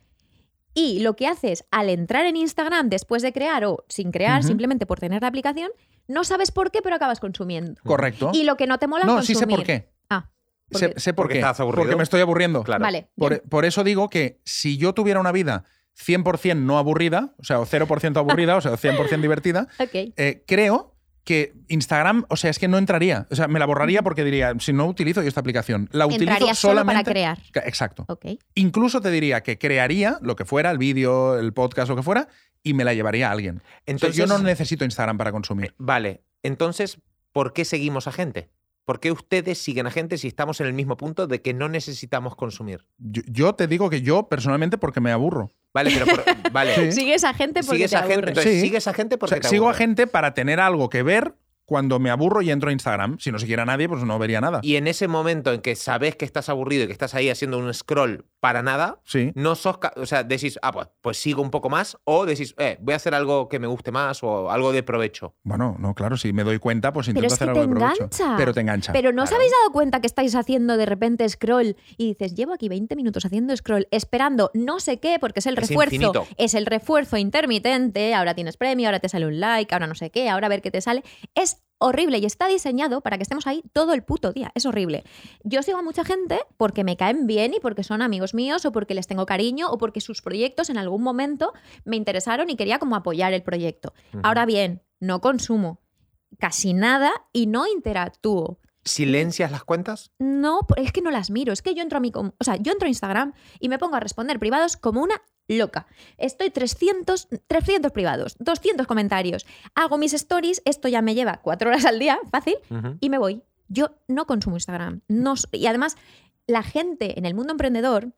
Speaker 2: Y lo que haces al entrar en Instagram después de crear o sin crear,
Speaker 3: Ujú.
Speaker 2: simplemente por tener la aplicación, no sabes por qué, pero acabas consumiendo.
Speaker 3: Correcto.
Speaker 2: Y lo que no te mola
Speaker 3: no,
Speaker 2: es
Speaker 3: sí sé
Speaker 2: consumir.
Speaker 3: por qué.
Speaker 2: Ah, ¿por
Speaker 3: Sé,
Speaker 2: qué?
Speaker 3: sé por
Speaker 1: Porque
Speaker 3: qué.
Speaker 1: estás aburrido.
Speaker 3: Porque me estoy aburriendo.
Speaker 1: Claro.
Speaker 2: Vale.
Speaker 3: Por,
Speaker 2: bien.
Speaker 3: por eso digo que si yo tuviera una vida 100% no aburrida, o sea, o 0% aburrida, o sea, 100% divertida,
Speaker 2: Ok.
Speaker 3: eh, creo que Instagram, o sea, es que no entraría. O sea, me la borraría porque diría, si no utilizo yo esta aplicación, la utilizo
Speaker 2: Entrarías solo
Speaker 3: solamente
Speaker 2: para crear.
Speaker 3: Ca- Exacto.
Speaker 2: Ok.
Speaker 3: Incluso te diría que crearía lo que fuera, el vídeo, el podcast, lo que fuera, y me la llevaría a alguien. O sea,
Speaker 1: Entonces,
Speaker 3: yo no necesito Instagram para consumir.
Speaker 1: Vale. Entonces, ¿por qué seguimos a gente? ¿Por qué ustedes siguen a gente si estamos en el mismo punto de que no necesitamos consumir?
Speaker 3: Yo, yo te digo que yo personalmente porque me aburro.
Speaker 1: Vale, pero por- vale.
Speaker 3: Sí.
Speaker 2: Sigues a gente porque
Speaker 1: Sigues
Speaker 2: te
Speaker 1: a gente,
Speaker 2: aburre.
Speaker 1: entonces,
Speaker 3: Sí.
Speaker 1: sigues a gente
Speaker 3: O
Speaker 1: porque
Speaker 3: sea,
Speaker 1: te
Speaker 3: sigo a
Speaker 1: aburre.
Speaker 3: gente para tener algo que ver cuando me aburro y entro a Instagram. Si no siguiera a nadie, pues no vería nada.
Speaker 1: Y en ese momento en que sabes que estás aburrido y que estás ahí haciendo un scroll para nada,
Speaker 3: Sí.
Speaker 1: no sos, ca- o sea, decís, ah, pues, pues sigo un poco más, o decís, eh, voy a hacer algo que me guste más o algo de provecho.
Speaker 3: Bueno, no, claro, si me doy cuenta, pues intento
Speaker 2: es
Speaker 3: hacer
Speaker 2: que
Speaker 3: algo
Speaker 2: te
Speaker 3: de provecho.
Speaker 2: engancha.
Speaker 3: Pero te engancha.
Speaker 2: Pero no os
Speaker 1: Claro.
Speaker 2: habéis dado cuenta que estáis haciendo de repente scroll y dices, llevo aquí 20 minutos haciendo scroll, esperando no sé qué, porque es el
Speaker 1: Es
Speaker 2: refuerzo.
Speaker 1: infinito.
Speaker 2: es el refuerzo intermitente, ahora tienes premio, ahora te sale un like, ahora no sé qué, ahora a ver qué te sale. Es horrible y está diseñado para que estemos ahí todo el puto día. Es horrible. Yo sigo a mucha gente porque me caen bien y porque son amigos míos o porque les tengo cariño o porque sus proyectos en algún momento me interesaron y quería como apoyar el proyecto.
Speaker 1: Ujú.
Speaker 2: Ahora bien, no consumo casi nada y no interactúo.
Speaker 1: ¿Silencias las cuentas?
Speaker 2: No, por- es que no las miro. Es que yo entro a mi. com- O sea, yo entro a Instagram y me pongo a responder privados como una loca. Estoy 300, 300 privados, 200 comentarios. Hago mis stories, esto ya me lleva cuatro horas al día, fácil, y me voy. Yo no consumo Instagram. No, s- y además, la gente en el mundo emprendedor,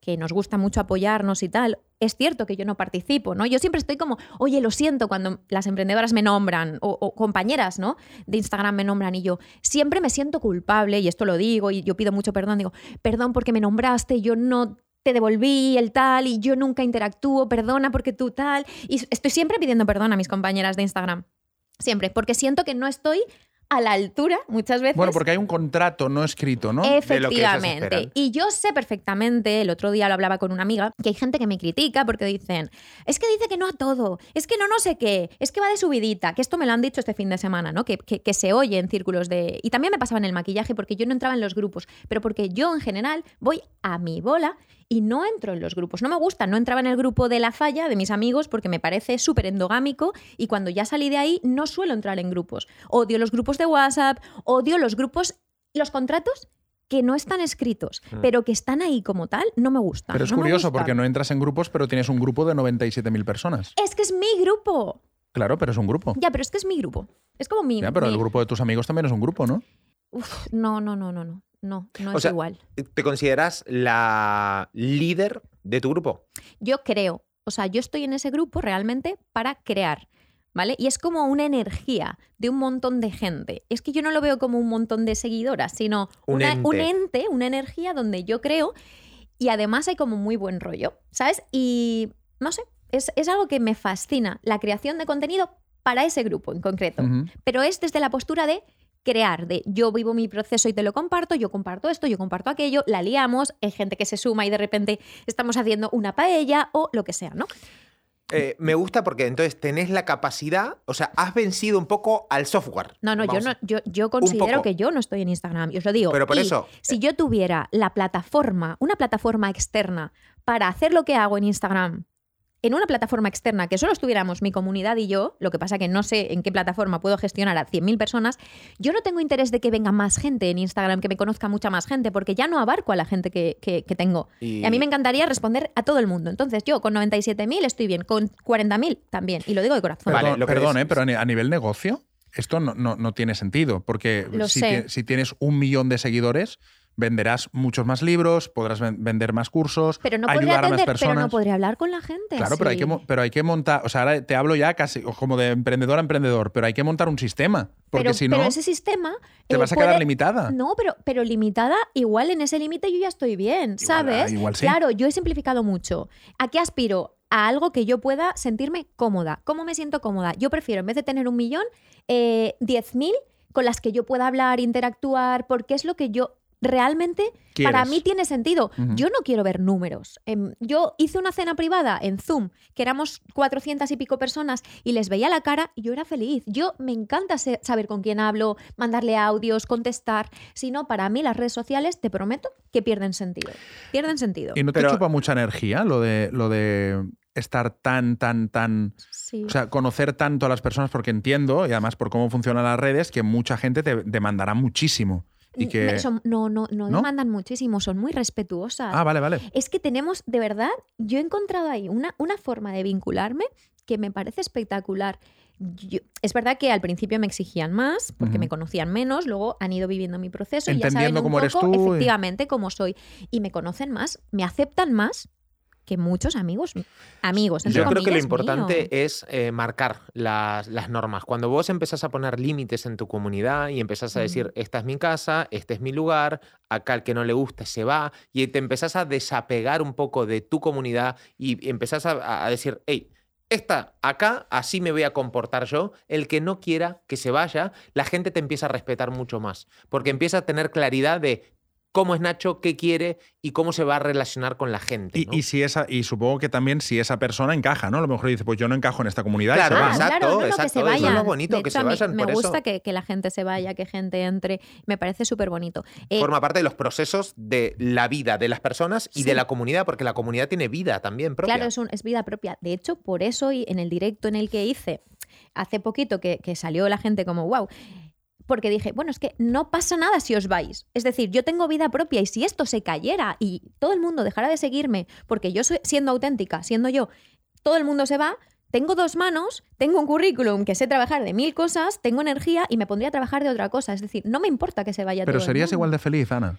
Speaker 2: que nos gusta mucho apoyarnos y tal, es cierto que yo no participo, ¿no? Yo siempre estoy como, oye, lo siento cuando las emprendedoras me nombran, o, o compañeras, ¿no? De Instagram me nombran y yo siempre me siento culpable, y esto lo digo, y yo pido mucho perdón, digo, perdón porque me nombraste, yo no te devolví el tal, y yo nunca interactúo, perdona porque tú tal, y estoy siempre pidiendo perdón a mis compañeras de Instagram, siempre, porque siento que no estoy a la altura muchas veces.
Speaker 3: Bueno, porque hay un contrato no escrito, ¿no?
Speaker 1: de lo que ellas esperan.
Speaker 2: Efectivamente. Y yo sé perfectamente, el otro día lo hablaba con una amiga, que hay gente que me critica porque dicen, es que dice que no a todo, es que no no sé qué, es que va de subidita, que esto me lo han dicho este fin de semana, ¿no? Que, que- que se oye en círculos de... Y también me pasaba en el maquillaje porque yo no entraba en los grupos, pero porque yo en general voy a mi bola y no entro en los grupos. No me gusta, no entraba en el grupo de la falla de mis amigos porque me parece súper endogámico y cuando ya salí de ahí no suelo entrar en grupos. Odio los grupos de WhatsApp, odio los grupos, los contratos que no están escritos,
Speaker 1: Mm.
Speaker 2: pero que están ahí como tal, no me gusta.
Speaker 3: Pero es
Speaker 2: no me
Speaker 3: curioso
Speaker 2: gusta.
Speaker 3: porque no entras en grupos, pero tienes un grupo de 97.000 personas.
Speaker 2: Es que es mi grupo.
Speaker 3: Claro, pero es un grupo.
Speaker 2: Ya, pero es que es mi grupo. Es como mi.
Speaker 3: Ya, pero
Speaker 2: mi-
Speaker 3: el grupo de tus amigos también es un grupo, ¿no?
Speaker 2: Uf, no, no, no, no, no. No, no
Speaker 1: O
Speaker 2: es
Speaker 1: sea-
Speaker 2: igual.
Speaker 1: Eh, ¿Te consideras la líder de tu grupo?
Speaker 2: Yo creo. O sea, yo estoy en ese grupo realmente para crear. ¿Vale? Y es como una energía de un montón de gente. Es que yo no lo veo como un montón de seguidoras, sino
Speaker 1: Un
Speaker 2: una-
Speaker 1: ente.
Speaker 2: un ente, una energía donde yo creo y además hay como muy buen rollo, ¿sabes? Y no sé, es, es algo que me fascina, la creación de contenido para ese grupo en concreto.
Speaker 3: Ujú.
Speaker 2: pero es desde la postura de crear, de yo vivo mi proceso y te lo comparto, yo comparto esto, yo comparto aquello, la liamos, hay gente que se suma y de repente estamos haciendo una paella o lo que sea, ¿no?
Speaker 1: Eh, me gusta porque entonces tenés la capacidad, o sea, has vencido un poco al software.
Speaker 2: No, no, yo,
Speaker 1: Vamos
Speaker 2: no
Speaker 1: a-
Speaker 2: yo, yo considero
Speaker 1: poco.
Speaker 2: que yo no estoy en Instagram, y os lo digo.
Speaker 1: Pero por
Speaker 2: Y
Speaker 1: eso,
Speaker 2: Si yo tuviera la plataforma, una plataforma externa para hacer lo que hago en Instagram en una plataforma externa que solo estuviéramos mi comunidad y yo, lo que pasa que no sé en qué plataforma puedo gestionar a 100.000 personas, yo no tengo interés de que venga más gente en Instagram, que me conozca mucha más gente, porque ya no abarco a la gente que, que- que tengo.
Speaker 1: Y-
Speaker 2: Y a mí me encantaría responder a todo el mundo. Entonces yo con 97.000 estoy bien, con 40.000 también, y lo digo de corazón.
Speaker 1: Vale,
Speaker 3: Perdón,
Speaker 1: lo que
Speaker 3: perdón,
Speaker 1: es-
Speaker 3: eh, pero a ni- a nivel negocio, esto no, no- no tiene sentido, porque
Speaker 2: Lo
Speaker 3: si,
Speaker 2: sé.
Speaker 3: ti- si tienes un millón de seguidores, venderás muchos más libros, podrás ven- vender más cursos,
Speaker 2: Pero no, podría
Speaker 3: ayudar a
Speaker 2: atender,
Speaker 3: más
Speaker 2: pero
Speaker 3: personas.
Speaker 2: no podría hablar con la gente.
Speaker 3: Claro, pero hay,
Speaker 2: sí.
Speaker 3: que, mo- pero hay que montar, o sea, ahora te hablo ya casi como de emprendedor a emprendedor, pero hay que montar un sistema, porque
Speaker 2: pero,
Speaker 3: si no,
Speaker 2: pero ese sistema.
Speaker 3: te
Speaker 2: eh,
Speaker 3: vas a quedar
Speaker 2: puede-
Speaker 3: limitada.
Speaker 2: No, pero, pero limitada, igual en ese límite yo ya estoy bien, ¿sabes?
Speaker 3: igual sí.
Speaker 2: Claro, yo he simplificado mucho. ¿A qué aspiro? A algo que yo pueda sentirme cómoda. ¿Cómo me siento cómoda? Yo prefiero, en vez de tener un millón, eh, 10.000 con las que yo pueda hablar, interactuar, porque es lo que yo realmente para
Speaker 3: Quieres.
Speaker 2: mí tiene sentido.
Speaker 3: Ujú.
Speaker 2: Yo no quiero ver números. Em, Yo hice una cena privada en Zoom, que éramos 400 y pico personas, y les veía la cara y yo era feliz. Yo me encanta se- saber con quién hablo, mandarle audios, contestar. Si no, para mí las redes sociales, te prometo, que pierden sentido. Pierden sentido.
Speaker 3: ¿Y no te
Speaker 1: Pero-
Speaker 3: chupa mucha energía lo de, lo de estar tan, tan, tan...
Speaker 2: Sí.
Speaker 3: O sea, conocer tanto a las personas porque entiendo, y además por cómo funcionan las redes, que mucha gente te demandará muchísimo. Y
Speaker 2: N-
Speaker 3: que...
Speaker 2: son- no, no, no,
Speaker 3: ¿No?
Speaker 2: demandan muchísimo, son muy respetuosas.
Speaker 3: Ah, vale, vale.
Speaker 2: Es que tenemos, de verdad, yo he encontrado ahí una, una forma de vincularme que me parece espectacular. Yo- es verdad que al principio me exigían más porque
Speaker 3: Ujú.
Speaker 2: me conocían menos, luego han ido viviendo mi proceso y ya saben
Speaker 3: Entendiendo
Speaker 2: un
Speaker 3: cómo eres
Speaker 2: poco
Speaker 1: eh.
Speaker 3: tú y-
Speaker 2: efectivamente cómo soy y me conocen más, me aceptan más que muchos amigos, amigos. entre
Speaker 1: Yo creo que lo
Speaker 2: comillas,
Speaker 1: importante
Speaker 2: míos.
Speaker 1: es eh, marcar las, las normas. Cuando vos empezás a poner límites en tu comunidad y empezás a decir,
Speaker 2: Mm.
Speaker 1: esta es mi casa, este es mi lugar, acá el que no le guste se va, y te empezás a desapegar un poco de tu comunidad y empezás a, a decir, hey, esta acá, así me voy a comportar yo, el que no quiera que se vaya, la gente te empieza a respetar mucho más, porque empieza a tener claridad de cómo es Nacho, qué quiere y cómo se va a relacionar con la gente.
Speaker 3: Y,
Speaker 1: ¿no?
Speaker 3: y si esa, y supongo que también si esa persona encaja, ¿no? A lo mejor dice, pues yo no encajo en esta comunidad. y
Speaker 1: Claro,
Speaker 3: se va.
Speaker 2: Ah,
Speaker 1: exacto,
Speaker 2: claro, no, no, que
Speaker 1: exacto,
Speaker 2: se
Speaker 1: eso es lo
Speaker 2: vayan.
Speaker 1: bonito,
Speaker 2: De
Speaker 1: que
Speaker 2: hecho,
Speaker 1: se
Speaker 2: a mí
Speaker 1: vayan,
Speaker 2: Me
Speaker 1: por
Speaker 2: gusta
Speaker 1: eso.
Speaker 2: que, que la gente se vaya, que gente entre. Me parece Eh, súper bonito.
Speaker 1: forma parte de los procesos de la vida de las personas y
Speaker 2: Sí.
Speaker 1: de la comunidad, porque la comunidad tiene vida también propia.
Speaker 2: Claro, es, un- es vida propia. De hecho, por eso y en el directo en el que hice hace poquito que, que salió la gente como, wow, porque dije, bueno, es que no pasa nada si os vais. Es decir, yo tengo vida propia y si esto se cayera y todo el mundo dejara de seguirme, porque yo soy, siendo auténtica, siendo yo, todo el mundo se va. Tengo dos manos, tengo un currículum que sé trabajar de mil cosas, tengo energía y me pondría a trabajar de otra cosa. Es decir, no me importa que se vaya
Speaker 3: Pero
Speaker 2: todo el
Speaker 3: serías
Speaker 2: mundo.
Speaker 3: igual ¿Eh? de feliz, Ana.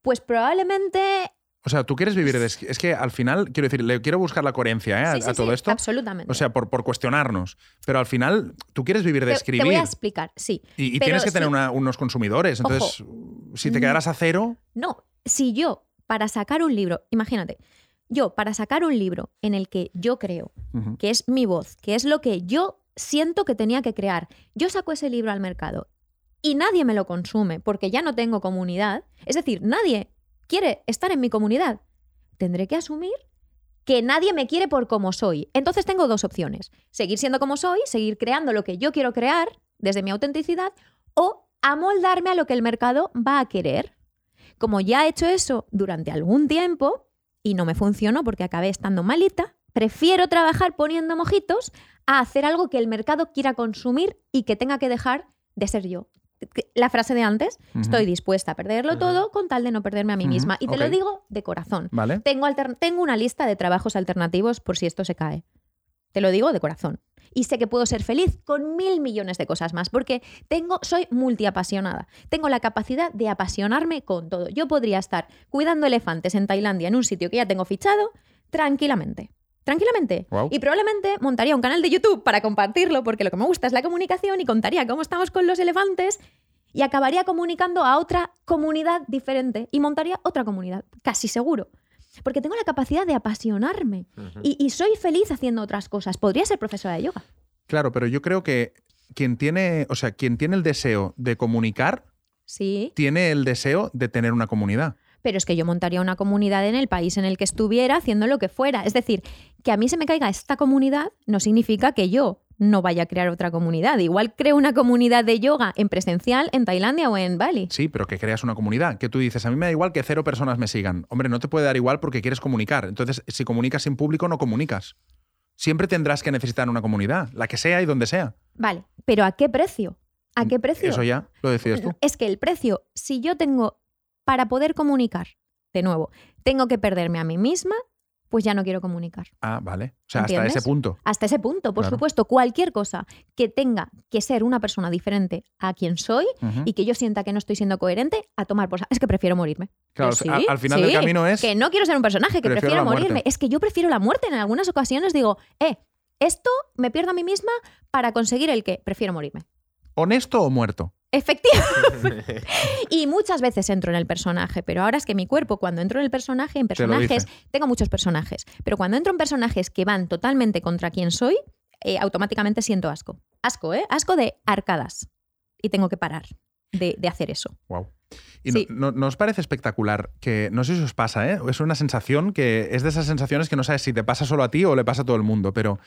Speaker 2: Pues problemente.
Speaker 3: O sea, tú quieres vivir. de- Es que al final, quiero decir, le quiero buscar la coherencia ¿eh? a,
Speaker 2: Pues Sí, sí,
Speaker 3: a todo
Speaker 2: sí,
Speaker 3: esto.
Speaker 2: Absolutamente.
Speaker 3: O sea, por, por cuestionarnos. Pero al final, tú quieres vivir de
Speaker 2: Te-
Speaker 3: escribir.
Speaker 2: Te voy a explicar, sí.
Speaker 3: y y
Speaker 2: pero
Speaker 3: tienes que tener
Speaker 2: sí.
Speaker 3: una- unos consumidores.
Speaker 2: Ojo.
Speaker 3: Entonces, si te
Speaker 2: Mm.
Speaker 3: quedaras a cero,
Speaker 2: No, si yo para sacar un libro, imagínate, yo para sacar un libro en el que yo creo,
Speaker 3: ujú,
Speaker 2: que es mi voz, que es lo que yo siento que tenía que crear, yo saco ese libro al mercado y nadie me lo consume porque ya no tengo comunidad, es decir, nadie quiere estar en mi comunidad, tendré que asumir que nadie me quiere por como soy. Entonces tengo dos opciones, seguir siendo como soy, seguir creando lo que yo quiero crear desde mi autenticidad o amoldarme a lo que el mercado va a querer. Como ya he hecho eso durante algún tiempo y no me funcionó porque acabé estando malita, prefiero trabajar poniendo mojitos a hacer algo que el mercado quiera consumir y que tenga que dejar de ser yo. La frase de antes,
Speaker 3: ujú.
Speaker 2: estoy dispuesta a perderlo
Speaker 1: Ujú.
Speaker 2: todo con tal de no perderme a mí
Speaker 3: Ujú,
Speaker 2: misma. Y te lo
Speaker 3: ok.
Speaker 2: digo de corazón.
Speaker 3: ¿Vale?
Speaker 2: Tengo, alter- tengo una lista de trabajos alternativos por si esto se cae. Te lo digo de corazón. Y sé que puedo ser feliz con mil millones de cosas más, porque tengo, soy multiapasionada. Tengo la capacidad de apasionarme con todo. Yo podría estar cuidando elefantes en Tailandia, en un sitio que ya tengo fichado, tranquilamente. Tranquilamente.
Speaker 3: Guau.
Speaker 2: Y probablemente montaría un canal de YouTube para compartirlo, porque lo que me gusta es la comunicación y contaría cómo estamos con los elefantes y acabaría comunicando a otra comunidad diferente y montaría otra comunidad, casi seguro. Porque tengo la capacidad de apasionarme
Speaker 1: Ujú.
Speaker 2: y, y soy feliz haciendo otras cosas. Podría ser profesora de yoga.
Speaker 3: Claro, pero yo creo que quien tiene, o sea, quien tiene el deseo de comunicar,
Speaker 2: Sí,
Speaker 3: tiene el deseo de tener una comunidad.
Speaker 2: pero es que yo montaría una comunidad en el país en el que estuviera haciendo lo que fuera. Es decir, que a mí se me caiga esta comunidad no significa que yo no vaya a crear otra comunidad. Igual creo una comunidad de yoga en presencial en Tailandia o en Bali.
Speaker 3: Sí, pero que creas una comunidad. Que tú dices, a mí me da igual que cero personas me sigan. Hombre, no te puede dar igual porque quieres comunicar. Entonces, si comunicas sin público, no comunicas. Siempre tendrás que necesitar una comunidad, la que sea y donde sea.
Speaker 2: Vale, pero ¿a qué precio? ¿A qué precio?
Speaker 3: Mm,
Speaker 2: Pues
Speaker 3: Eso ya lo decides tú.
Speaker 2: Es que el precio, si yo tengo, para poder comunicar, de nuevo, tengo que perderme a mí misma, pues ya no quiero comunicar.
Speaker 3: Ah, vale. O sea,
Speaker 2: ¿Entiendes?
Speaker 3: hasta ese punto.
Speaker 2: Hasta ese punto, por
Speaker 3: Claro.
Speaker 2: supuesto, cualquier cosa que tenga que ser una persona diferente a quien soy
Speaker 3: Ujú.
Speaker 2: y que yo sienta que no estoy siendo coherente, a tomar por... sa- Es que prefiero morirme.
Speaker 3: claro,
Speaker 2: pues sí,
Speaker 3: a- al final del
Speaker 2: sí,
Speaker 3: camino es.
Speaker 2: Que no quiero ser un personaje, que
Speaker 3: Prefiero
Speaker 2: prefiero,
Speaker 3: la muerte.
Speaker 2: morirme. Es que yo prefiero la muerte. En algunas ocasiones digo, eh, esto me pierdo a mí misma para conseguir el que prefiero morirme.
Speaker 3: ¿Honesto o muerto?
Speaker 2: Efectivamente. Y muchas veces entro en el personaje, pero ahora es que mi cuerpo, cuando entro en el personaje, en
Speaker 3: Te lo dice.
Speaker 2: personajes, tengo muchos personajes, pero cuando entro en personajes que van totalmente contra quien soy, eh, automáticamente siento asco. Asco, ¿eh? Asco de arcadas. Y tengo que parar de, de hacer eso.
Speaker 3: Wow. Y no-
Speaker 2: Sí.
Speaker 3: no, no os parece espectacular que, no sé si os pasa, ¿eh? es una sensación que es de esas sensaciones que no sabes si te pasa solo a ti o le pasa a todo el mundo, pero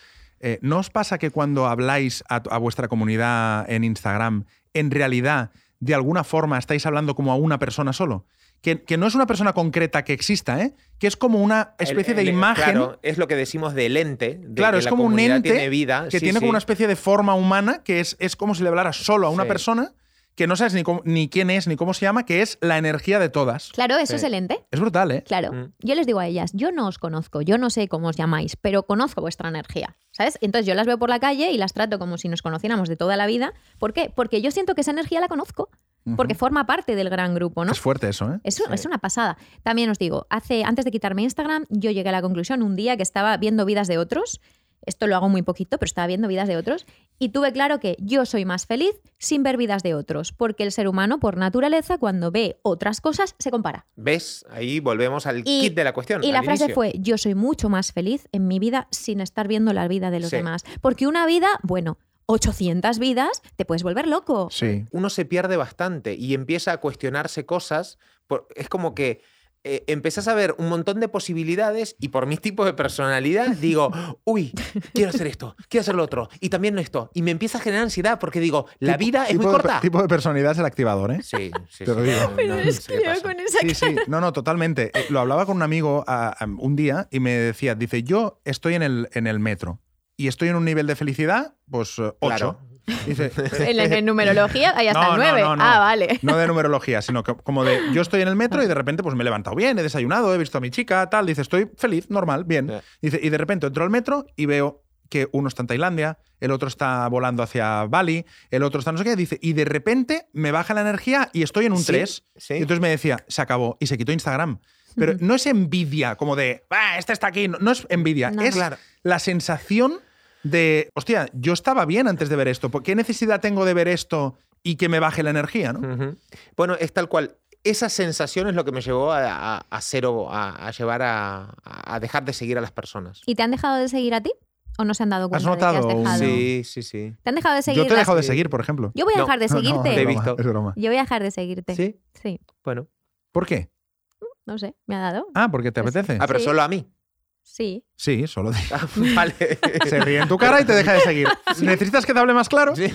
Speaker 3: eh, ¿no os pasa que cuando habláis a, a vuestra comunidad en Instagram, en realidad, de alguna forma, estáis hablando como a una persona solo? Que, que no es una persona concreta que exista, ¿eh? que es como una especie
Speaker 1: El- el-
Speaker 3: de imagen
Speaker 1: Claro, es lo que decimos del ente. de
Speaker 3: Claro,
Speaker 1: que
Speaker 3: es
Speaker 1: la
Speaker 3: como un
Speaker 1: comunidad
Speaker 3: ente
Speaker 1: tiene vida.
Speaker 3: que
Speaker 1: sí,
Speaker 3: tiene como
Speaker 1: sí.
Speaker 3: una especie de forma humana que es, es como si le hablaras solo a una
Speaker 1: Sí.
Speaker 3: persona que no sabes ni, cómo- ni quién es ni cómo se llama, que es la energía de todas.
Speaker 2: Claro, eso
Speaker 1: Sí.
Speaker 2: es el ente.
Speaker 3: Es brutal, ¿eh?
Speaker 2: Claro.
Speaker 1: Mm.
Speaker 2: Yo les digo a ellas, yo no os conozco, yo no sé cómo os llamáis, pero conozco vuestra energía. ¿Sabes? Entonces yo las veo por la calle y las trato como si nos conociéramos de toda la vida. ¿Por qué? Porque yo siento que esa energía la conozco, porque
Speaker 3: Ujú.
Speaker 2: forma parte del gran grupo, ¿no?
Speaker 3: Es fuerte eso, ¿eh?
Speaker 2: Es, un-
Speaker 1: Sí.
Speaker 2: es una pasada. También os digo, hace, antes de quitarme Instagram, yo llegué a la conclusión un día que estaba viendo vidas de otros. Esto lo hago muy poquito, pero estaba viendo vidas de otros. Y tuve claro que yo soy más feliz sin ver vidas de otros, porque el ser humano, por naturaleza, cuando ve otras cosas, se compara.
Speaker 1: ¿Ves? Ahí volvemos al
Speaker 2: Y-
Speaker 1: kit de la cuestión.
Speaker 2: Y la
Speaker 1: al
Speaker 2: frase
Speaker 1: inicio.
Speaker 2: fue, yo soy mucho más feliz en mi vida sin estar viendo la vida de los
Speaker 1: Sí.
Speaker 2: demás. Porque una vida, bueno, 800 vidas, te puedes volver loco.
Speaker 3: Sí.
Speaker 1: uno se pierde bastante y empieza a cuestionarse cosas. por- es como que eh, empezás a ver un montón de posibilidades y por mis tipos de personalidad digo, uy, quiero hacer esto, quiero hacer lo otro y también esto. Y me empieza a generar ansiedad porque digo, la
Speaker 3: Tipo-
Speaker 1: vida es
Speaker 3: tipo
Speaker 1: muy
Speaker 3: de-
Speaker 1: corta.
Speaker 3: tipo de personalidad es el activador, ¿eh?
Speaker 1: Sí, sí,
Speaker 3: Te lo
Speaker 1: sí,
Speaker 3: digo.
Speaker 1: no, no, no sé qué pasa.
Speaker 2: esa
Speaker 3: Sí, sí, no, no, totalmente. Eh, Lo hablaba con un amigo ah, ah, un día y me decía, dice, yo estoy en el, en el metro y estoy en un nivel de felicidad, pues 8.
Speaker 1: Claro.
Speaker 3: Dice,
Speaker 2: En la en numerología hay hasta
Speaker 3: No,
Speaker 2: el
Speaker 3: no,
Speaker 2: 9.
Speaker 3: no, no.
Speaker 2: Ah, vale.
Speaker 3: No de numerología, sino que como de yo estoy en el metro y de repente pues me he levantado bien, he desayunado, he visto a mi chica, tal, dice, estoy feliz, normal, bien.
Speaker 1: Ya.
Speaker 3: Dice, y de repente entro al metro y veo que uno está en Tailandia, el otro está volando hacia Bali, el otro está no sé qué, dice, y de repente me baja la energía y estoy en un
Speaker 1: Sí,
Speaker 3: 3.
Speaker 1: sí.
Speaker 3: Y entonces me decía, se acabó y se quitó Instagram. Pero no es envidia como de, "Ah, este está aquí, no, no es envidia,
Speaker 2: No.
Speaker 3: es
Speaker 1: Claro.
Speaker 3: la sensación de, hostia, yo estaba bien antes de ver esto, ¿por ¿qué necesidad tengo de ver esto y que me baje la energía? ¿no?
Speaker 1: Ujú. Bueno, es tal cual. Esa sensación es lo que me llevó a, a- a cero, a, a llevar a, a dejar de seguir a las personas.
Speaker 2: ¿Y te han dejado de seguir a ti? ¿O no se han dado
Speaker 3: ¿Has
Speaker 2: cuenta de que has
Speaker 3: notado un-
Speaker 2: dejado?
Speaker 1: Sí, sí, sí.
Speaker 2: ¿Te han dejado de seguir?
Speaker 3: Yo te he
Speaker 2: las-
Speaker 3: dejado de seguir, por ejemplo.
Speaker 2: Yo voy a
Speaker 1: No,
Speaker 2: dejar de
Speaker 3: No, no,
Speaker 2: seguirte.
Speaker 1: Te he
Speaker 3: es broma,
Speaker 1: visto.
Speaker 3: Es broma.
Speaker 2: Yo voy a dejar de seguirte. Sí.
Speaker 1: Sí, bueno.
Speaker 3: ¿Por qué?
Speaker 2: no sé, me ha dado.
Speaker 3: Ah, porque te
Speaker 2: Pues-
Speaker 3: apetece.
Speaker 1: Ah, pero
Speaker 2: Sí.
Speaker 1: solo a mí.
Speaker 2: Sí.
Speaker 3: Sí, solo te-
Speaker 1: Ah, vale.
Speaker 3: se ríe en tu cara y te deja de seguir. ¿Necesitas que te hable más claro?
Speaker 1: Sí.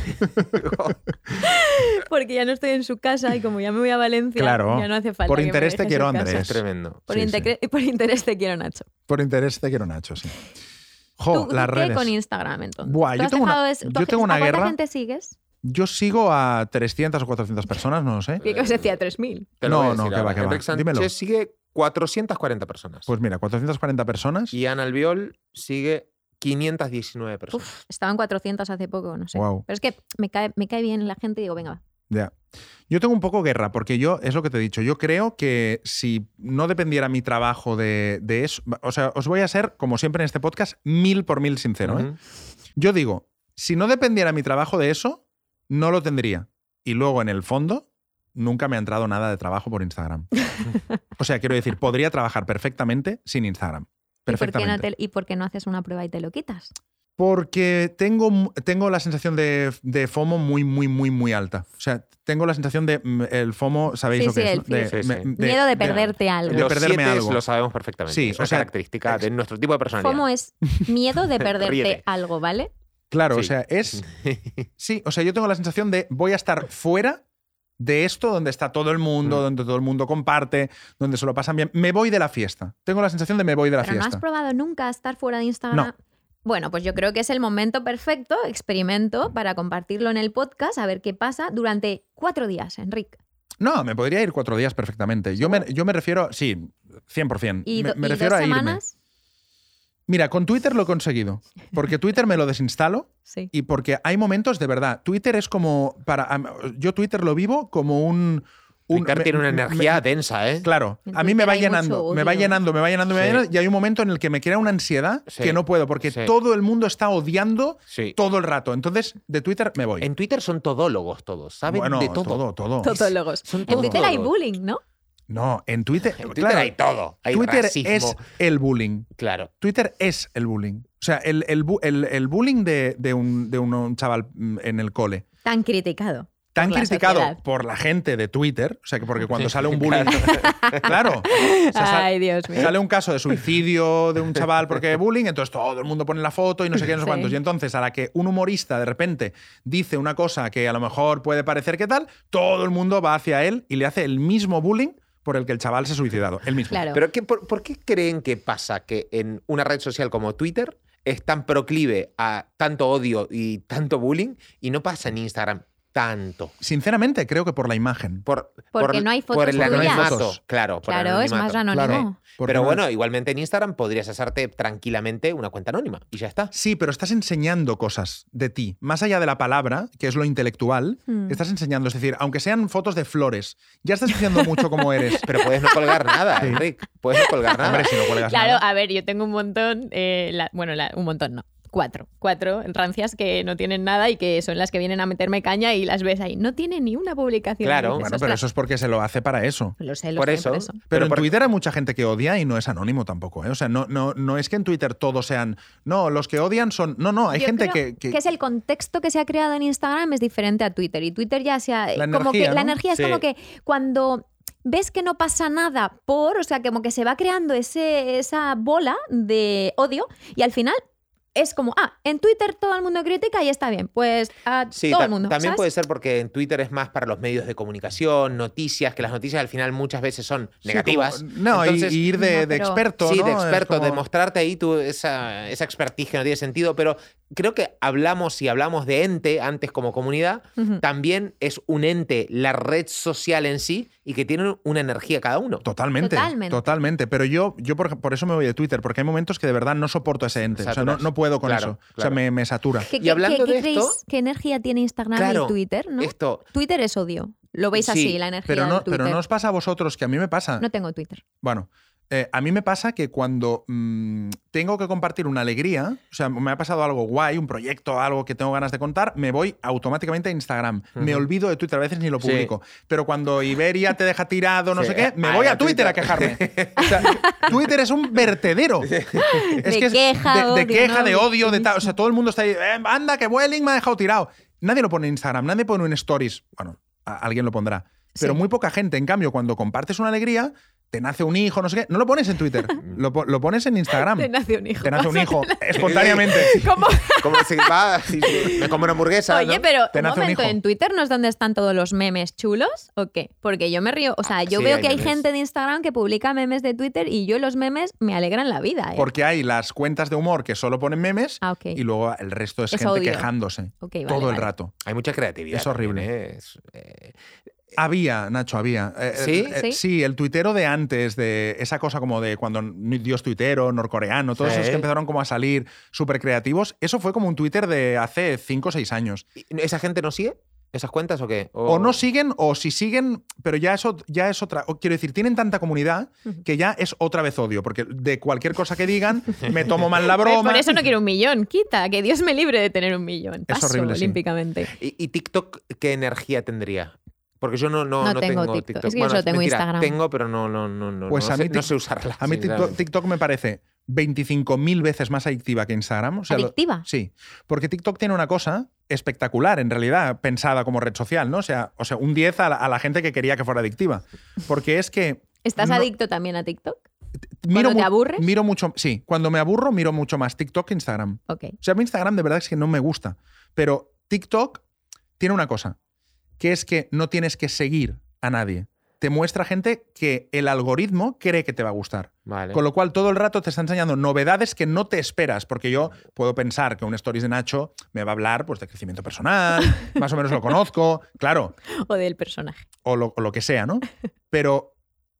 Speaker 2: Porque ya no estoy en su casa y como ya me voy a Valencia,
Speaker 3: Claro.
Speaker 2: ya no hace falta.
Speaker 3: Por
Speaker 2: que me
Speaker 3: interés te
Speaker 2: dejes
Speaker 3: quiero,
Speaker 2: en casa.
Speaker 3: Andrés.
Speaker 1: Es tremendo.
Speaker 2: Por,
Speaker 3: Sí, sí.
Speaker 2: interés- por interés te quiero, Nacho.
Speaker 3: Por interés te quiero, Nacho, sí. Jo,
Speaker 2: ¿Tú,
Speaker 3: las
Speaker 2: tú qué
Speaker 3: redes.
Speaker 2: con Instagram entonces?
Speaker 3: Buah,
Speaker 2: ¿Tú
Speaker 3: yo
Speaker 2: has
Speaker 3: tengo una-
Speaker 2: dejado de- tú
Speaker 3: yo
Speaker 2: has-
Speaker 3: tengo una
Speaker 2: ¿a ¿Cuánta
Speaker 3: guerra.
Speaker 2: gente sigues?
Speaker 3: Yo sigo a 300 o 400 personas, no lo sé.
Speaker 2: Yo que os decía 3.000.
Speaker 1: Te lo voy a
Speaker 3: No,
Speaker 1: decir
Speaker 3: no, que
Speaker 1: ahora.
Speaker 3: va, que va.
Speaker 1: Enrique Sánchez
Speaker 3: Dímelo.
Speaker 1: sigue 440 personas.
Speaker 3: Pues mira, 440 personas.
Speaker 1: y Ana Albiol sigue 519 personas.
Speaker 2: Uf, estaban 400 hace poco, no sé.
Speaker 3: Guau.
Speaker 2: Pero es que me cae, me cae bien la gente y digo, venga, va.
Speaker 3: Ya. Yo tengo un poco guerra, porque yo, es lo que te he dicho, yo creo que si no dependiera mi trabajo de, de eso, o sea, os voy a ser, como siempre en este podcast, mil por mil sincero. ¿eh?
Speaker 1: Ujú.
Speaker 3: Yo digo, si no dependiera mi trabajo de eso, no lo tendría. Y luego, en el fondo, nunca me ha entrado nada de trabajo por Instagram. o sea, quiero decir, podría trabajar perfectamente sin Instagram.
Speaker 2: ¿Y por, qué
Speaker 3: Perfectamente.
Speaker 2: no te- ¿Y por qué no haces una prueba y te lo quitas?
Speaker 3: Porque tengo, mu- tengo la sensación de, de FOMO muy, muy, muy, muy alta. O sea, tengo la sensación de mm, el FOMO, ¿sabéis
Speaker 2: Sí,
Speaker 3: lo que
Speaker 2: sí,
Speaker 3: es?
Speaker 2: el
Speaker 3: no? De-
Speaker 1: fear. Sí,
Speaker 3: me-
Speaker 1: sí.
Speaker 3: de-
Speaker 2: Miedo de
Speaker 3: de-
Speaker 2: perderte algo.
Speaker 3: de
Speaker 1: Los
Speaker 3: perderme
Speaker 1: siete
Speaker 3: algo.
Speaker 1: lo sabemos perfectamente.
Speaker 3: Sí,
Speaker 1: es una
Speaker 3: o sea,
Speaker 1: característica de nuestro tipo de personalidad.
Speaker 2: FOMO es miedo de perderte
Speaker 1: Ríete.
Speaker 2: algo, ¿vale?
Speaker 3: Claro, o
Speaker 1: Sí.
Speaker 3: sea, es. Sí, o sea, yo tengo la sensación de voy a estar fuera de esto donde está todo el mundo,
Speaker 1: Mm.
Speaker 3: donde todo el mundo comparte, donde se lo pasan bien. Me voy de la fiesta. Tengo la sensación de me voy de la
Speaker 2: Pero no has
Speaker 3: fiesta.
Speaker 2: probado nunca estar fuera de Instagram.
Speaker 3: No.
Speaker 2: Bueno, pues yo creo que es el momento perfecto, experimento, para compartirlo en el podcast, a ver qué pasa durante cuatro días, Enrique.
Speaker 3: No, me podría ir cuatro días perfectamente. Yo me, yo me refiero, sí, 100%.
Speaker 2: Y,
Speaker 3: me,
Speaker 2: do-
Speaker 3: me
Speaker 2: y
Speaker 3: refiero
Speaker 2: dos
Speaker 3: a irme.
Speaker 2: semanas.
Speaker 3: Mira, con Twitter lo he conseguido. Porque Twitter me lo desinstalo
Speaker 2: Sí.
Speaker 3: y porque hay momentos de verdad. Twitter es como. para am- Yo Twitter lo vivo como un. un-
Speaker 1: Ricardo
Speaker 3: me-
Speaker 1: tiene una
Speaker 3: me-
Speaker 1: energía densa, ¿eh?
Speaker 3: Claro,
Speaker 2: En
Speaker 3: a mí me
Speaker 2: Twitter
Speaker 3: va
Speaker 2: hay mucho
Speaker 3: llenando, me va
Speaker 2: odio.
Speaker 3: llenando, me va llenando, me va
Speaker 1: Sí.
Speaker 3: llenando. Y hay un momento en el que me crea una ansiedad
Speaker 1: Sí.
Speaker 3: que no puedo, porque
Speaker 1: Sí.
Speaker 3: todo el mundo está odiando
Speaker 1: Sí.
Speaker 3: todo el rato. Entonces, de Twitter me voy.
Speaker 1: En Twitter son todólogos todos, saben
Speaker 3: bueno,
Speaker 1: de todo.
Speaker 3: todo, todo.
Speaker 2: Totólogos.
Speaker 1: Son
Speaker 2: En
Speaker 1: todos
Speaker 2: Twitter hay
Speaker 1: totólogos.
Speaker 2: bullying, ¿no?
Speaker 3: No, en Twitter.
Speaker 1: En Twitter
Speaker 3: claro,
Speaker 1: hay todo. Hay
Speaker 3: Twitter
Speaker 1: racismo.
Speaker 3: es el bullying.
Speaker 1: Claro.
Speaker 3: Twitter es el bullying. O sea, el, el bu- el- el bullying de, de un, de un- un chaval mm, en el cole.
Speaker 2: Tan criticado.
Speaker 3: Tan
Speaker 2: Por la
Speaker 3: criticado
Speaker 2: sociedad.
Speaker 3: por la gente de Twitter. O sea, que porque cuando sale un bullying. claro. o sea, sal-
Speaker 2: Ay, Dios mío.
Speaker 3: Sale un caso de suicidio de un chaval porque bullying, entonces todo el mundo pone la foto y no sé qué, no sé
Speaker 2: Sí.
Speaker 3: cuántos. Y entonces, a la que un humorista de repente dice una cosa que a lo mejor puede parecer que tal, todo el mundo va hacia él y le hace el mismo bullying por el que el chaval se ha suicidado. El mismo.
Speaker 2: Claro.
Speaker 1: Pero ¿qué- por, por qué creen que pasa que en una red social como Twitter es tan proclive a tanto odio y tanto bullying y no pasa en Instagram tanto?
Speaker 3: Sinceramente, creo que por la imagen.
Speaker 1: Por,
Speaker 2: Porque no hay fotos
Speaker 1: Por el
Speaker 2: tuyas.
Speaker 1: anonimato, claro. por el
Speaker 2: claro, es más
Speaker 1: anonimato.
Speaker 2: anónimo.
Speaker 3: Claro. Porque
Speaker 1: Pero
Speaker 3: no-
Speaker 1: bueno, igualmente en Instagram podrías hacerte tranquilamente una cuenta anónima y ya está.
Speaker 3: Sí, pero estás enseñando cosas de ti. Más allá de la palabra, que es lo intelectual,
Speaker 2: Hmm.
Speaker 3: estás enseñando. Es decir, aunque sean fotos de flores, ya estás diciendo mucho cómo eres.
Speaker 1: Pero pues puedes no colgar nada,
Speaker 3: Sí.
Speaker 1: Enric. Puedes no colgar nada.
Speaker 3: Hombre, si no cuelgas
Speaker 2: Claro,
Speaker 3: nada.
Speaker 2: a ver, yo tengo un montón, eh, la- bueno, la- un montón no, cuatro, cuatro rancias que no tienen nada y que son las que vienen a meterme caña y las ves ahí. No tiene ni una publicación.
Speaker 1: Claro.
Speaker 2: Y dices,
Speaker 3: Bueno, pero
Speaker 2: "Ostras".
Speaker 3: eso es porque se lo hace para eso.
Speaker 2: Lo sé, lo
Speaker 1: por
Speaker 2: sé,
Speaker 1: eso.
Speaker 2: por eso.
Speaker 3: Pero,
Speaker 1: Pero
Speaker 3: en
Speaker 1: por-
Speaker 3: Twitter hay mucha gente que odia y no es anónimo tampoco. ¿eh? O sea, no, no, no es que en Twitter todos sean. No, los que odian son. No, no, hay
Speaker 2: Yo
Speaker 3: gente
Speaker 2: creo
Speaker 3: que. que-
Speaker 2: es el contexto que se ha creado en Instagram es diferente a Twitter y Twitter ya se ha
Speaker 3: La
Speaker 2: como
Speaker 3: energía,
Speaker 2: que la
Speaker 3: ¿no?
Speaker 2: energía es
Speaker 1: Sí.
Speaker 2: como que cuando ves que no pasa nada por, o sea, como que se va creando ese esa bola de odio y al final es como, ah, en Twitter todo el mundo critica y está bien, pues a
Speaker 1: Sí,
Speaker 2: todo
Speaker 1: ta-
Speaker 2: el mundo.
Speaker 1: también
Speaker 2: ¿sabes?
Speaker 1: puede ser porque en Twitter es más para los medios de comunicación, noticias, que las noticias al final muchas veces son
Speaker 3: sí,
Speaker 1: negativas.
Speaker 3: como- no, y-
Speaker 1: Entonces,
Speaker 3: y ir de,
Speaker 2: No,
Speaker 3: de
Speaker 2: pero-
Speaker 3: experto.
Speaker 1: Sí,
Speaker 3: ¿no?
Speaker 1: de
Speaker 3: Es
Speaker 1: experto, de
Speaker 3: como-
Speaker 1: mostrarte ahí tú esa, esa expertise que no tiene sentido, pero creo que hablamos y hablamos de ente antes como comunidad,
Speaker 2: Ujú.
Speaker 1: también es un ente la red social en sí y que tiene una energía cada uno.
Speaker 3: Totalmente, totalmente.
Speaker 2: Totalmente.
Speaker 3: Pero yo, yo por, por eso me voy de Twitter, porque hay momentos que de verdad no soporto ese ente. O sea, no,
Speaker 1: Saturas.
Speaker 3: no puedo con
Speaker 1: Claro,
Speaker 3: eso. O sea,
Speaker 1: claro.
Speaker 3: me, me satura.
Speaker 2: ¿Qué,
Speaker 1: Y
Speaker 2: qué-
Speaker 1: hablando
Speaker 2: qué- qué
Speaker 1: de
Speaker 2: creéis?
Speaker 1: esto-
Speaker 2: ¿Qué energía tiene Instagram
Speaker 1: Claro,
Speaker 2: y Twitter? ¿no?
Speaker 1: Esto,
Speaker 2: Twitter es odio. Lo veis
Speaker 1: Sí,
Speaker 2: así, la energía
Speaker 3: Pero no,
Speaker 2: de Twitter.
Speaker 3: pero no os pasa a vosotros que a mí me pasa.
Speaker 2: No tengo Twitter.
Speaker 3: Bueno, eh, a mí me pasa que cuando mm, tengo que compartir una alegría, o sea, me ha pasado algo guay, un proyecto, algo que tengo ganas de contar, me voy automáticamente a Instagram. Me
Speaker 1: Ujú.
Speaker 3: olvido de Twitter, a veces ni lo
Speaker 1: Sí.
Speaker 3: publico. Pero cuando Iberia te deja tirado, no
Speaker 1: Sí,
Speaker 3: sé qué, me
Speaker 1: a-
Speaker 3: voy
Speaker 1: a
Speaker 3: a Twitter a
Speaker 1: Twitter.
Speaker 3: quejarme. O sea, Twitter es un vertedero. Es que es
Speaker 2: queja,
Speaker 3: de, de
Speaker 2: odio,
Speaker 3: queja,
Speaker 2: ¿no?
Speaker 3: de odio, de tal. O sea, todo el mundo está ahí, "Eh, anda, que Vueling me ha dejado tirado. Nadie lo pone en Instagram, nadie pone un Stories. Bueno, a- alguien lo pondrá. Pero
Speaker 2: Sí.
Speaker 3: muy poca gente, en cambio, cuando compartes una alegría, te nace un hijo, no sé qué, no lo pones en Twitter, lo, po- lo pones en Instagram.
Speaker 2: Te nace un hijo.
Speaker 3: Te nace un hijo, espontáneamente.
Speaker 2: ¿Cómo?
Speaker 1: como se va, así, me como una hamburguesa.
Speaker 2: Oye,
Speaker 1: ¿no?
Speaker 2: pero
Speaker 3: Te
Speaker 2: un
Speaker 3: nace un
Speaker 2: momento,
Speaker 3: hijo.
Speaker 2: ¿en Twitter no es donde están todos los memes chulos o qué? Porque yo me río, o sea, yo
Speaker 1: sí,
Speaker 2: veo
Speaker 1: hay
Speaker 2: que hay
Speaker 1: memes.
Speaker 2: gente de Instagram que publica memes de Twitter y yo los memes me alegran la vida, ¿eh?
Speaker 3: Porque hay las cuentas de humor que solo ponen memes
Speaker 2: Ah, ok.
Speaker 3: y luego el resto es,
Speaker 2: Es
Speaker 3: gente
Speaker 2: odio.
Speaker 3: quejándose
Speaker 2: Ok, vale,
Speaker 3: todo el
Speaker 2: vale.
Speaker 3: rato.
Speaker 1: Hay mucha creatividad.
Speaker 3: Es horrible.
Speaker 1: también, ¿eh? Es, eh,
Speaker 3: Había, Nacho, había. Eh, eh,
Speaker 1: ¿Sí?
Speaker 3: eh,
Speaker 2: ¿Sí?
Speaker 3: el tuitero de antes, de esa cosa como de cuando n- Dios tuitero, norcoreano, todos
Speaker 1: Sí.
Speaker 3: esos que empezaron como a salir súper creativos, eso fue como un Twitter de hace 5 o 6 años.
Speaker 1: ¿Esa gente no sigue esas cuentas o qué?
Speaker 3: O no siguen, o si siguen, pero ya eso ya es otra. o Quiero decir, tienen tanta comunidad que ya es otra vez odio, porque de cualquier cosa que digan, me tomo mal la broma.
Speaker 2: Pues Por eso no quiero un millón, quita, que Dios me libre de tener un millón.
Speaker 3: Es
Speaker 2: Paso
Speaker 3: horrible, sí.
Speaker 2: olímpicamente.
Speaker 1: ¿Y, y TikTok qué energía tendría? Porque yo no, no,
Speaker 2: No
Speaker 1: no
Speaker 2: tengo
Speaker 1: tengo,
Speaker 2: TikTok.
Speaker 1: TikTok.
Speaker 2: Es que yo solo tengo Instagram.
Speaker 1: Tengo, pero no, no, no, no,
Speaker 3: Pues
Speaker 1: no
Speaker 3: a
Speaker 1: sé,
Speaker 3: mí
Speaker 1: no
Speaker 3: Tik-
Speaker 1: sé usarla.
Speaker 3: A mí TikTok,
Speaker 1: sinceramente.
Speaker 3: TikTok me parece 25.000 veces más adictiva que Instagram. O sea, lo-
Speaker 2: Adictiva.
Speaker 3: sí, porque TikTok tiene una cosa espectacular, en realidad, pensada como red social, ¿no? O sea, o sea un 10 a la, a la gente que quería que fuera adictiva. Porque es que...
Speaker 2: ¿Estás
Speaker 3: no-
Speaker 2: adicto también a TikTok?
Speaker 3: miro
Speaker 2: te
Speaker 3: mu-
Speaker 2: aburres?
Speaker 3: Miro mucho, sí, cuando me aburro miro mucho más TikTok que Instagram.
Speaker 2: Ok.
Speaker 3: O sea, a mí Instagram de verdad es que no me gusta. Pero TikTok tiene una cosa, que es que no tienes que seguir a nadie. te muestra gente que el algoritmo cree que te va a gustar.
Speaker 1: Vale.
Speaker 3: Con lo cual, todo el rato te está enseñando novedades que no te esperas, porque yo puedo pensar que un Stories de Nacho me va a hablar pues, de crecimiento personal, más o menos lo conozco, claro,
Speaker 2: O del personaje.
Speaker 3: o lo, o lo que sea, ¿no? Pero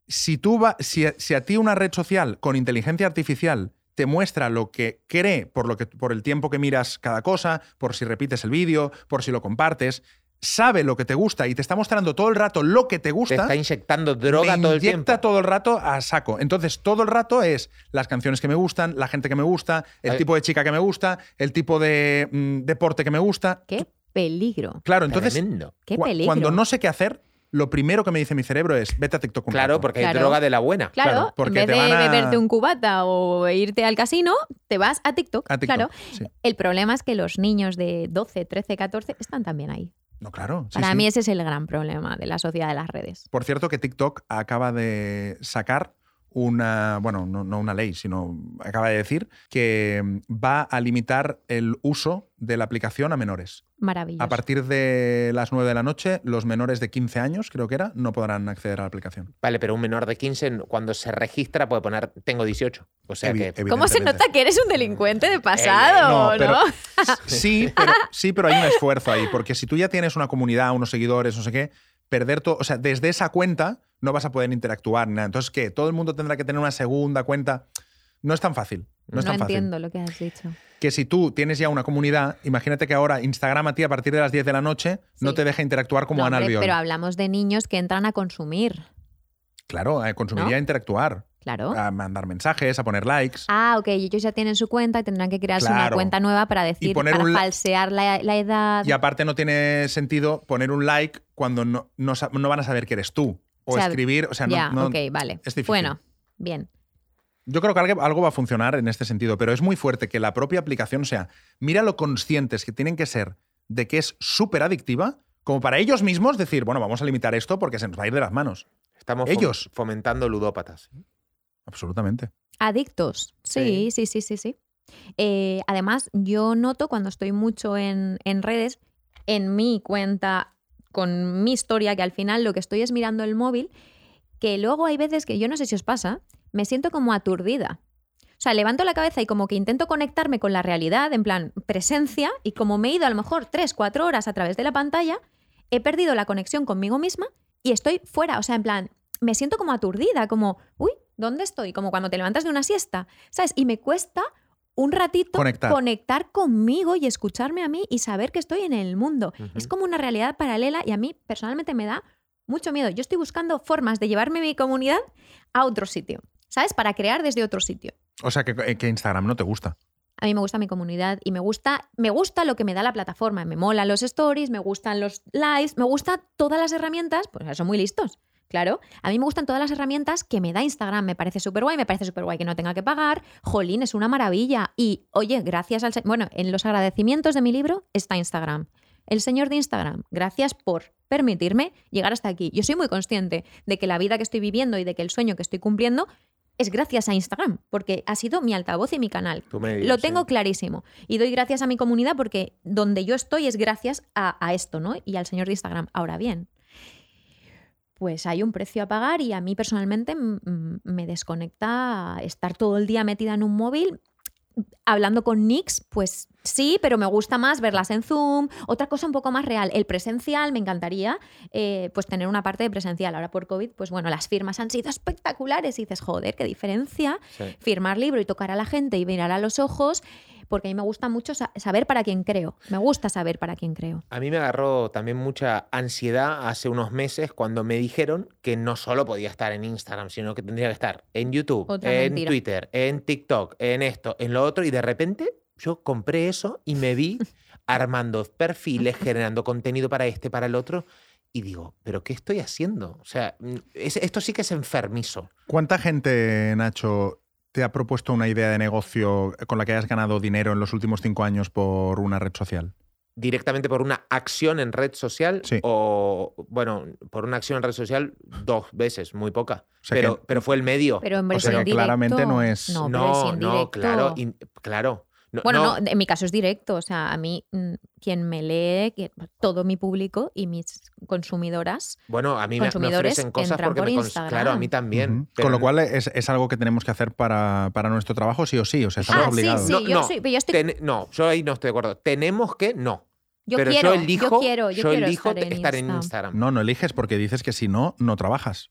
Speaker 3: si, tú va, si, a- si a ti una red social con inteligencia artificial te muestra lo que cree por, lo que, por el tiempo que miras cada cosa, por si repites el vídeo, por si lo compartes, sabe lo que te gusta y te está mostrando todo el rato lo que te
Speaker 1: Te
Speaker 3: gusta
Speaker 1: está inyectando droga
Speaker 3: me
Speaker 1: todo el tiempo.
Speaker 3: inyecta todo el rato a saco. Entonces, todo el rato es las canciones que me gustan, la gente que me gusta, el
Speaker 1: Ay.
Speaker 3: tipo de chica que me gusta, el tipo de mm, deporte que me gusta.
Speaker 2: ¡Qué peligro!
Speaker 3: Claro, entonces,
Speaker 1: Tremendo.
Speaker 2: ¡Qué
Speaker 3: cua-
Speaker 2: peligro!
Speaker 3: cuando no sé qué hacer, lo primero que me dice mi cerebro es, vete a TikTok un
Speaker 1: Claro,
Speaker 3: rato".
Speaker 1: porque hay
Speaker 2: Claro.
Speaker 1: droga de la buena.
Speaker 2: Claro,
Speaker 3: claro, porque
Speaker 2: en
Speaker 3: te
Speaker 2: vez de
Speaker 3: van a-
Speaker 2: beberte un cubata o irte al casino, te vas a TikTok.
Speaker 3: A Ah, TikTok,
Speaker 2: Claro.
Speaker 3: sí.
Speaker 2: El problema es que los niños de 12, 13, 14 están también ahí.
Speaker 3: No, claro. sí,
Speaker 2: Para
Speaker 3: sí.
Speaker 2: mí ese es el gran problema de la sociedad de las redes.
Speaker 3: Por cierto, que TikTok acaba de sacar una, bueno, no, no una ley, sino acaba de decir que mm, va a limitar el uso de la aplicación a menores.
Speaker 2: Maravilloso.
Speaker 3: A partir de las 9 de la noche, los menores de 15 años, creo que era, no podrán acceder a la aplicación.
Speaker 1: Vale, pero un menor de 15 cuando se registra puede poner tengo 18. O sea
Speaker 3: Evi-
Speaker 1: que
Speaker 2: ¿Cómo se
Speaker 3: evidentemente. Eh,
Speaker 2: nota que eres un delincuente de pasado?
Speaker 3: no, pero-
Speaker 2: ¿no?
Speaker 3: Sí pero, sí, pero hay un esfuerzo ahí, porque si tú ya tienes una comunidad, unos seguidores, no sé qué, perder todo, o sea, desde esa cuenta no vas a poder interactuar ni nada. Entonces, ¿qué? Todo el mundo tendrá que tener una segunda cuenta. No es tan fácil. No es
Speaker 2: No
Speaker 3: tan fácil.
Speaker 2: entiendo lo que has dicho.
Speaker 3: que si tú tienes ya una comunidad, imagínate que ahora Instagram a ti a partir de las 10 de la noche no
Speaker 2: Sí.
Speaker 3: te deja interactuar como
Speaker 2: No,
Speaker 3: Ana
Speaker 2: hombre,
Speaker 3: Albiol.
Speaker 2: pero hablamos de niños que entran a consumir,
Speaker 3: Claro, eh, consumiría
Speaker 2: ¿No?
Speaker 3: interactuar,
Speaker 2: claro.
Speaker 3: a mandar mensajes, a poner likes.
Speaker 2: Ah, ok, y ellos ya tienen su cuenta y tendrán que crearse
Speaker 3: Claro.
Speaker 2: una cuenta nueva para decir,
Speaker 3: poner
Speaker 2: para
Speaker 3: un la-
Speaker 2: falsear la, la edad.
Speaker 3: Y aparte no tiene sentido poner un like cuando no, no, sa- no van a saber que eres tú. O,
Speaker 2: O sea,
Speaker 3: escribir, o sea, no-
Speaker 2: ya,
Speaker 3: no-
Speaker 2: ok, vale.
Speaker 3: es difícil.
Speaker 2: Bueno, bien.
Speaker 3: yo creo que algo, algo va a funcionar en este sentido, pero es muy fuerte que la propia aplicación, o sea, mira lo conscientes que tienen que ser de que es súper adictiva, como para ellos mismos decir, bueno, vamos a limitar esto porque se nos va a ir de las manos.
Speaker 1: estamos fom-
Speaker 3: Ellos.
Speaker 1: fomentando ludópatas.
Speaker 3: Absolutamente.
Speaker 2: Adictos. Sí, sí, sí, sí, sí. Eh, además, yo noto cuando estoy mucho en, en redes, en mi cuenta, con mi historia, que al final lo que estoy es mirando el móvil, que luego hay veces que yo no sé si os pasa, me siento como aturdida. O sea, levanto la cabeza y como que intento conectarme con la realidad, en plan presencia, y como me he ido a lo mejor 3, 4 horas a través de la pantalla, he perdido la conexión conmigo misma y estoy fuera. O sea, en plan, me siento como aturdida, como, uy, ¿dónde estoy? Como cuando te levantas de una siesta, ¿sabes? Y me cuesta un ratito
Speaker 3: Conectar.
Speaker 2: conectar conmigo y escucharme a mí y saber que estoy en el mundo.
Speaker 1: Ujú.
Speaker 2: Es como una realidad paralela y a mí personalmente me da mucho miedo. Yo estoy buscando formas de llevarme mi comunidad a otro sitio, ¿sabes? Para crear desde otro sitio.
Speaker 3: O sea, que, que Instagram no te gusta.
Speaker 2: A mí me gusta mi comunidad y me gusta, me gusta lo que me da la plataforma. Me molan los stories, me gustan los lives, me gustan todas las herramientas, pues ahora son muy listos. Claro, a mí me gustan todas las herramientas que me da Instagram. Me parece súper guay, me parece súper guay que no tenga que pagar. Jolín, es una maravilla. Y oye, gracias al. se- Bueno, en los agradecimientos de mi libro está Instagram. El señor de Instagram, gracias por permitirme llegar hasta aquí. Yo soy muy consciente de que la vida que estoy viviendo y de que el sueño que estoy cumpliendo es gracias a Instagram, porque ha sido mi altavoz y mi canal.
Speaker 1: Tú me dices,
Speaker 2: Lo tengo
Speaker 1: sí.
Speaker 2: clarísimo. Y doy gracias a mi comunidad porque donde yo estoy es gracias a, a esto, ¿no? Y al señor de Instagram. Ahora bien, pues hay un precio a pagar y a mí personalmente mm, mm, me desconecta estar todo el día metida en un móvil. Hablando con Nix, pues sí, pero me gusta más verlas en Zoom. Otra cosa un poco más real, el presencial, me encantaría eh, pues tener una parte de presencial. Ahora por COVID, pues bueno, las firmas han sido espectaculares y dices, joder, qué diferencia
Speaker 1: Sí.
Speaker 2: firmar libro y tocar a la gente y mirar a los ojos, porque a mí me gusta mucho sa- saber para quién creo. Me gusta saber para quién creo.
Speaker 1: A mí me agarró también mucha ansiedad hace unos meses cuando me dijeron que no solo podía estar en Instagram, sino que tendría que estar en YouTube,
Speaker 2: Otra
Speaker 1: en
Speaker 2: mentira.
Speaker 1: Twitter, en TikTok, en esto, en lo otro, y de repente yo compré eso y me vi armando perfiles, generando contenido para este, para el otro, y digo, ¿pero qué estoy haciendo? O sea, mm, es- esto sí que es enfermizo.
Speaker 3: ¿Cuánta gente, Nacho, te ha propuesto una idea de negocio con la que hayas ganado dinero en los últimos cinco años por una red social?
Speaker 1: directamente por una acción en red social
Speaker 3: Sí.
Speaker 1: o, bueno, por una acción en red social dos veces, muy poca.
Speaker 3: O sea
Speaker 1: pero,
Speaker 3: que-
Speaker 1: pero fue el medio.
Speaker 2: Pero en
Speaker 1: O sea,
Speaker 2: versión
Speaker 3: que claramente
Speaker 2: directo,
Speaker 3: no es-
Speaker 2: No, pero
Speaker 1: no,
Speaker 2: es en
Speaker 1: no,
Speaker 2: directo.
Speaker 1: claro, in- claro. No,
Speaker 2: Bueno,
Speaker 1: no-
Speaker 2: no. en mi caso es directo, o sea, a mí mm, quien me lee, quien- todo mi público y mis consumidoras,
Speaker 1: Bueno, a mí me- me
Speaker 2: consumidores
Speaker 1: ofrecen cosas
Speaker 2: entran
Speaker 1: porque
Speaker 2: por
Speaker 1: me cons-
Speaker 2: Instagram.
Speaker 1: Claro, a mí también.
Speaker 3: Ujú.
Speaker 1: pero
Speaker 3: Con lo cual es, es algo que tenemos que hacer para, para nuestro trabajo, sí o sí. O sea, estamos
Speaker 2: Ah, sí,
Speaker 3: obligados.
Speaker 2: sí,
Speaker 1: No,
Speaker 2: yo
Speaker 1: no,
Speaker 2: sí, pero yo estoy-
Speaker 1: ten- no, yo ahí no estoy de acuerdo. Tenemos que no.
Speaker 2: yo
Speaker 1: pero
Speaker 2: quiero,
Speaker 1: yo elijo,
Speaker 2: yo quiero, yo, quiero
Speaker 1: elijo
Speaker 2: estar en Insta.
Speaker 1: Instagram.
Speaker 3: No, no eliges porque dices que si no, no trabajas.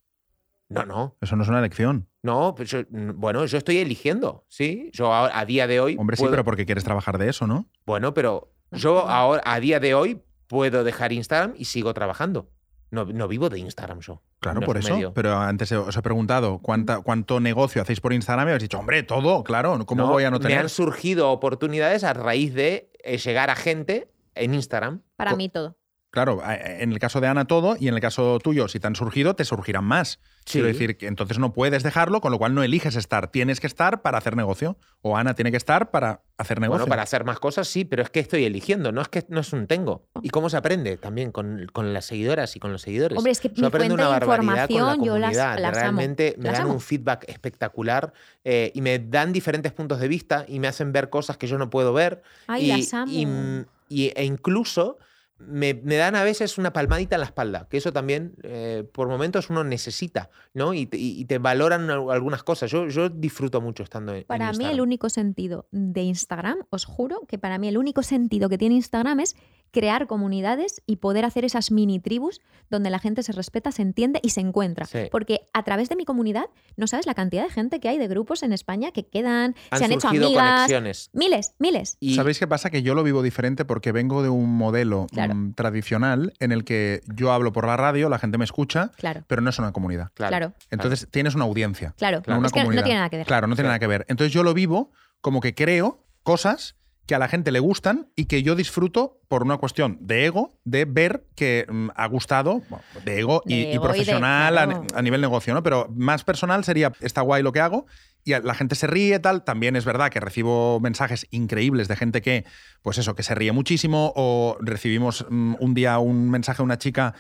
Speaker 1: No, no,
Speaker 3: Eso no es una elección.
Speaker 1: no. pero yo- bueno, yo estoy eligiendo, ¿sí? Yo ahora- a día de hoy.
Speaker 3: Hombre, sí,
Speaker 1: puedo-
Speaker 3: pero porque quieres trabajar de eso, ¿no?
Speaker 1: Bueno, pero
Speaker 2: No,
Speaker 1: yo
Speaker 2: no.
Speaker 1: ahora, a día de hoy, puedo dejar Instagram y sigo trabajando. No, no vivo de Instagram yo.
Speaker 3: Claro,
Speaker 1: No
Speaker 3: por
Speaker 1: es un
Speaker 3: eso.
Speaker 1: medio.
Speaker 3: Pero antes os he preguntado cuánta, cuánto negocio hacéis por Instagram y habéis dicho, hombre, todo, claro, ¿cómo
Speaker 1: No,
Speaker 3: voy a no
Speaker 1: Me
Speaker 3: tener?
Speaker 1: han surgido oportunidades a raíz de eh, llegar a gente en Instagram.
Speaker 2: Para
Speaker 3: Co-
Speaker 2: mí todo.
Speaker 3: Claro, a- en el caso de Ana todo y en el caso tuyo, si te han surgido, te surgirán más. Quiero decir que entonces no puedes dejarlo, con lo cual no eliges estar. Tienes que estar para hacer negocio. O Ana tiene que estar para hacer negocio.
Speaker 1: Bueno, para hacer más cosas sí, pero es que estoy eligiendo, no es que no es un tengo. ¿Y cómo se aprende también con, con las seguidoras y con los seguidores?
Speaker 2: Hombre, es que
Speaker 1: Pues, yo
Speaker 2: mi
Speaker 1: aprendo una
Speaker 2: fuente de
Speaker 1: barbaridad con la
Speaker 2: información, yo las-
Speaker 1: comunidad.
Speaker 2: las amo,
Speaker 1: Realmente me
Speaker 2: las
Speaker 1: dan
Speaker 2: amo.
Speaker 1: un feedback espectacular eh, y me dan diferentes puntos de vista y me hacen ver cosas que yo no puedo ver.
Speaker 2: Ay,
Speaker 1: y,
Speaker 2: las amo.
Speaker 1: y- y- e incluso me, me dan a veces una palmadita en la espalda, que eso también eh, por momentos uno necesita, ¿no? Y te, y- y te valoran al- algunas cosas. Yo, yo disfruto mucho estando en
Speaker 2: Para
Speaker 1: en
Speaker 2: mí
Speaker 1: Instagram.
Speaker 2: el único sentido de Instagram, os juro que para mí el único sentido que tiene Instagram es crear comunidades y poder hacer esas mini tribus donde la gente se respeta, se entiende y se encuentra.
Speaker 1: Sí.
Speaker 2: Porque a través de mi comunidad no sabes la cantidad de gente que hay de grupos en España que quedan,
Speaker 1: Han
Speaker 2: se han hecho
Speaker 1: surgido
Speaker 2: amigas,
Speaker 1: conexiones.
Speaker 2: miles, miles.
Speaker 1: Y,
Speaker 3: ¿Sabéis qué pasa? Que yo lo vivo diferente porque vengo de un modelo
Speaker 2: Claro.
Speaker 3: mm, tradicional en el que yo hablo por la radio, la gente me escucha,
Speaker 2: Claro,
Speaker 3: pero no es una comunidad.
Speaker 2: claro,
Speaker 3: Entonces tienes una audiencia,
Speaker 2: claro.
Speaker 1: Claro.
Speaker 3: no una
Speaker 2: Es que no
Speaker 3: comunidad.
Speaker 2: tiene nada que ver.
Speaker 3: Claro, no
Speaker 1: Sí.
Speaker 3: tiene nada que ver. Entonces yo lo vivo como que creo cosas que a la gente le gustan y que yo disfruto por una cuestión de ego, de ver que mm, ha gustado, bueno, de ego
Speaker 2: De
Speaker 3: y, y
Speaker 2: ego y de-
Speaker 3: profesional a-
Speaker 2: claro.
Speaker 3: a, nivel negocio, ¿no? Pero más personal sería, está guay lo que hago y a- la gente se ríe, tal. También es verdad que recibo mensajes increíbles de gente que, pues eso, que se ríe muchísimo o recibimos mm, un día un mensaje de una chica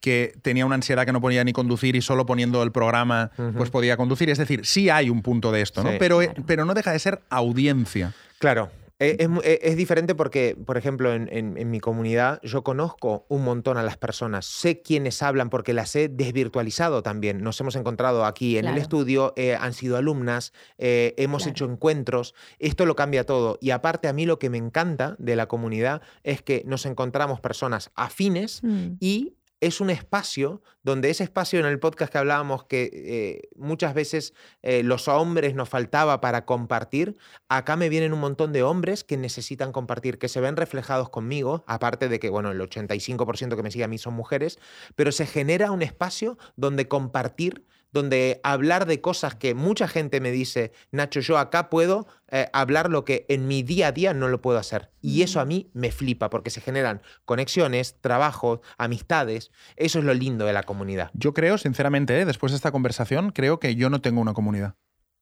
Speaker 3: que tenía una ansiedad que no podía ni conducir y solo poniendo el programa
Speaker 1: Ujú.
Speaker 3: pues podía conducir. Es decir, sí hay un punto de esto, ¿no?
Speaker 1: Sí.
Speaker 3: Pero,
Speaker 2: Claro.
Speaker 3: pero no deja de ser audiencia.
Speaker 1: Claro. Eh, Es, mu- eh, es diferente porque, por ejemplo, en, en- en mi comunidad yo conozco un montón a las personas, sé quiénes hablan porque las he desvirtualizado también. Nos hemos encontrado aquí en el
Speaker 2: Claro.
Speaker 1: estudio, eh, han sido alumnas, eh, hemos
Speaker 2: Claro.
Speaker 1: hecho encuentros, esto lo cambia todo. Y aparte a mí lo que me encanta de la comunidad es que nos encontramos personas afines
Speaker 2: Mm.
Speaker 1: y es un espacio donde ese espacio en el podcast que hablábamos que eh, muchas veces eh, los hombres nos faltaba para compartir, acá me vienen un montón de hombres que necesitan compartir, que se ven reflejados conmigo, aparte de que, bueno, el 85% que me sigue a mí son mujeres, pero se genera un espacio donde compartir, donde hablar de cosas que mucha gente me dice, Nacho, yo acá puedo eh, hablar lo que en mi día a día no lo puedo hacer. Y eso a mí me flipa, porque se generan conexiones, trabajos, amistades. Eso es lo lindo de la comunidad.
Speaker 3: Yo creo, sinceramente, ¿eh? después de esta conversación, creo que yo no tengo una comunidad.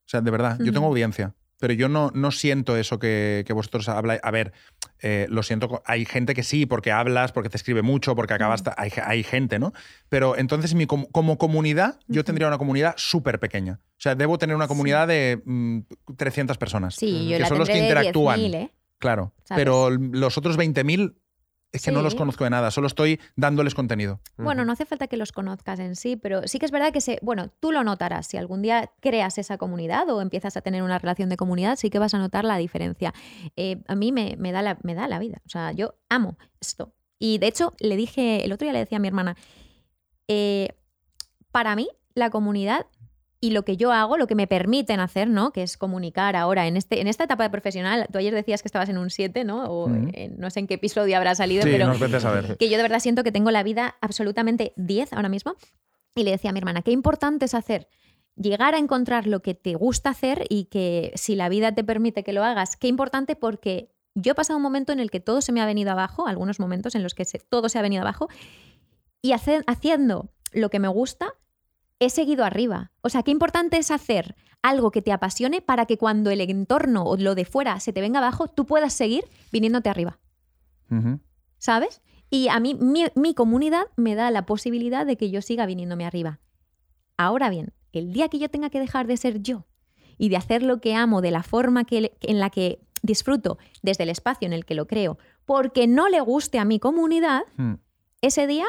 Speaker 3: O sea, de verdad, yo
Speaker 2: Ujú.
Speaker 3: tengo audiencia, pero yo no, no siento eso que, que vosotros habláis. A ver, eh, lo siento, co- hay gente que sí, porque hablas, porque te escribe mucho, porque acabas... ta- Hay, hay gente, ¿no? Pero entonces, mi com- como comunidad, yo
Speaker 2: Ujú.
Speaker 3: tendría una comunidad súper pequeña. O sea, debo tener una
Speaker 2: Sí.
Speaker 3: comunidad de mm, 300 personas.
Speaker 1: Mm.
Speaker 2: Sí, yo
Speaker 3: Que
Speaker 2: la
Speaker 3: son los
Speaker 2: tendré de
Speaker 3: que interactúan.
Speaker 2: 10.000, ¿eh?
Speaker 3: Claro,
Speaker 2: ¿Sabes?
Speaker 3: pero los otros 20.000 es que no los
Speaker 2: Sí.
Speaker 3: conozco de nada, solo estoy dándoles contenido.
Speaker 2: Bueno,
Speaker 1: Ujú.
Speaker 2: no hace falta que los conozcas en sí, pero sí que es verdad que se, bueno, tú lo notarás. Si algún día creas esa comunidad o empiezas a tener una relación de comunidad, sí que vas a notar la diferencia. Eh, a mí me, me da la, me da la vida. O sea, yo amo esto. Y de hecho, le dije, el otro día le decía a mi hermana, eh, para mí, la comunidad y lo que yo hago, lo que me permiten hacer, ¿no? Que es comunicar ahora en, este, en esta etapa de profesional. Tú ayer decías que estabas en un 7, ¿no? O
Speaker 3: Ujú.
Speaker 2: eh, no sé en qué episodio habrá salido, pero
Speaker 3: unas veces a ver.
Speaker 2: que yo de verdad siento que tengo la vida absolutamente 10 ahora mismo. Y le decía a mi hermana, qué importante es hacer, llegar a encontrar lo que te gusta hacer y que si la vida te permite que lo hagas, qué importante porque yo he pasado un momento en el que todo se me ha venido abajo, algunos momentos en los que se- todo se ha venido abajo, y hace- haciendo lo que me gusta, he seguido arriba. O sea, qué importante es hacer algo que te apasione para que cuando el entorno o lo de fuera se te venga abajo, tú puedas seguir viniéndote arriba.
Speaker 3: Ujú.
Speaker 2: ¿sabes? Y a mí, mi, mi comunidad me da la posibilidad de que yo siga viniéndome arriba. Ahora bien, el día que yo tenga que dejar de ser yo y de hacer lo que amo de la forma que, le- en la que disfruto desde el espacio en el que lo creo, porque no le guste a mi comunidad,
Speaker 3: Hmm.
Speaker 2: ese día,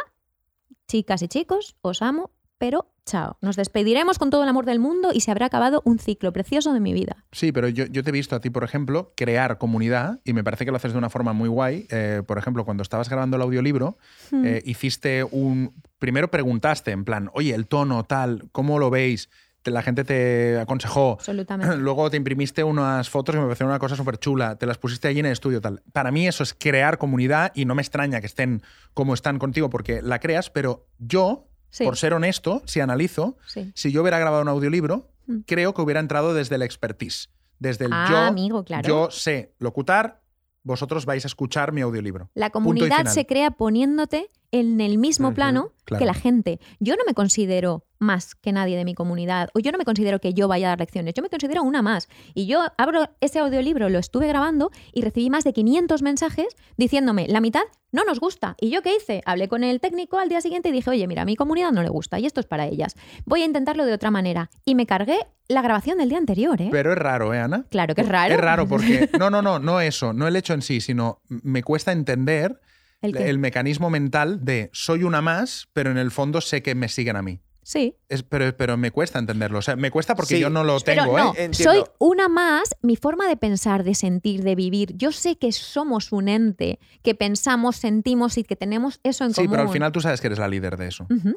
Speaker 2: chicas y chicos, os amo, pero chao. Nos despediremos con todo el amor del mundo y se habrá acabado un ciclo precioso de mi vida.
Speaker 3: Sí, pero yo, yo te he visto a ti, por ejemplo, crear comunidad y me parece que lo haces de una forma muy guay. Eh, por ejemplo, cuando estabas grabando el audiolibro,
Speaker 2: Hmm.
Speaker 3: eh, hiciste un... Primero preguntaste en plan, oye, el tono tal, ¿cómo lo veis? Te- La gente te aconsejó.
Speaker 2: Absolutamente.
Speaker 3: Luego te imprimiste unas fotos que me parecieron una cosa súper chula, te las pusiste allí en el estudio tal. Para mí eso es crear comunidad y no me extraña que estén como están contigo porque la creas, pero yo,
Speaker 2: Sí,
Speaker 3: por ser honesto, si analizo,
Speaker 2: sí.
Speaker 3: si yo hubiera grabado un audiolibro,
Speaker 2: Mm.
Speaker 3: creo que hubiera entrado desde el expertise, desde el
Speaker 2: Ah,
Speaker 3: yo,
Speaker 2: amigo, claro.
Speaker 3: yo sé locutar, vosotros vais a escuchar mi audiolibro.
Speaker 2: La
Speaker 3: y
Speaker 2: comunidad
Speaker 3: final.
Speaker 2: se crea poniéndote en el mismo
Speaker 3: Ujú,
Speaker 2: plano
Speaker 3: claro.
Speaker 2: que la gente. Yo no me considero más que nadie de mi comunidad o yo no me considero que yo vaya a dar lecciones, yo me considero una más. Y yo abro ese audiolibro, lo estuve grabando y recibí más de 500 mensajes diciéndome, la mitad no nos gusta. ¿Y yo qué hice? Hablé con el técnico al día siguiente y dije, oye, mira, a mi comunidad no le gusta y esto es para ellas. Voy a intentarlo de otra manera. Y me cargué la grabación del día anterior, ¿eh?
Speaker 3: Pero es raro, ¿eh, Ana?
Speaker 2: Claro que es raro.
Speaker 3: Es raro porque... No, no, no, no eso, no el hecho en sí, sino me cuesta entender
Speaker 2: El que-
Speaker 3: el mecanismo mental de soy una más, pero en el fondo sé que me siguen a mí.
Speaker 2: Sí.
Speaker 3: Es- pero, pero me cuesta entenderlo. O sea, me cuesta porque
Speaker 1: Sí.
Speaker 3: yo no lo
Speaker 2: Pero
Speaker 3: tengo,
Speaker 2: no,
Speaker 3: ¿eh?
Speaker 1: Entiendo.
Speaker 2: soy una más, mi forma de pensar, de sentir, de vivir. Yo sé que somos un ente, que pensamos, sentimos y que tenemos eso en
Speaker 3: Sí,
Speaker 2: común.
Speaker 3: pero al final tú sabes que eres la líder de eso.
Speaker 2: Ujú.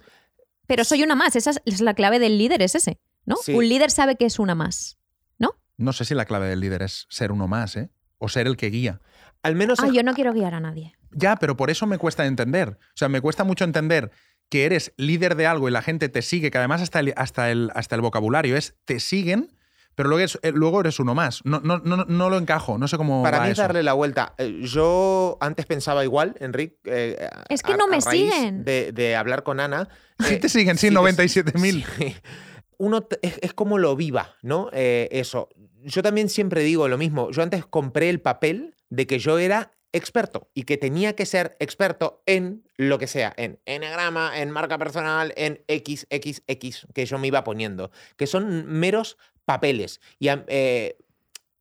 Speaker 2: Pero soy una más, esa es- es la clave del líder, es ese, ¿no?
Speaker 1: Sí.
Speaker 2: Un líder sabe que es una más.
Speaker 3: No sé si la clave del líder es ser uno más, ¿eh? O ser el que guía.
Speaker 1: Al menos
Speaker 2: ah, yo no quiero guiar a nadie.
Speaker 3: Ya, pero por eso me cuesta entender. O sea, me cuesta mucho entender que eres líder de algo y la gente te sigue, que además hasta el, hasta el, hasta el vocabulario es te siguen, pero luego, es- eh, luego eres uno más. No, no, no, no lo encajo, no sé cómo
Speaker 1: Para
Speaker 3: va
Speaker 1: mí es
Speaker 3: eso.
Speaker 1: darle la vuelta. Eh, Yo antes pensaba igual, Enrique. eh,
Speaker 2: Es que no me
Speaker 1: raíz
Speaker 2: siguen.
Speaker 1: De, de hablar con Ana.
Speaker 3: Sí
Speaker 1: eh,
Speaker 3: te siguen, sí,
Speaker 1: te-
Speaker 3: 97.000.
Speaker 1: sí. Uno t- es, es como lo viva, ¿no? Eh, eso. Yo también siempre digo lo mismo. Yo antes compré el papel de que yo era experto y que tenía que ser experto en lo que sea, en enagrama, en marca personal, en XXX, que yo me iba poniendo, que son meros papeles. Y a, eh,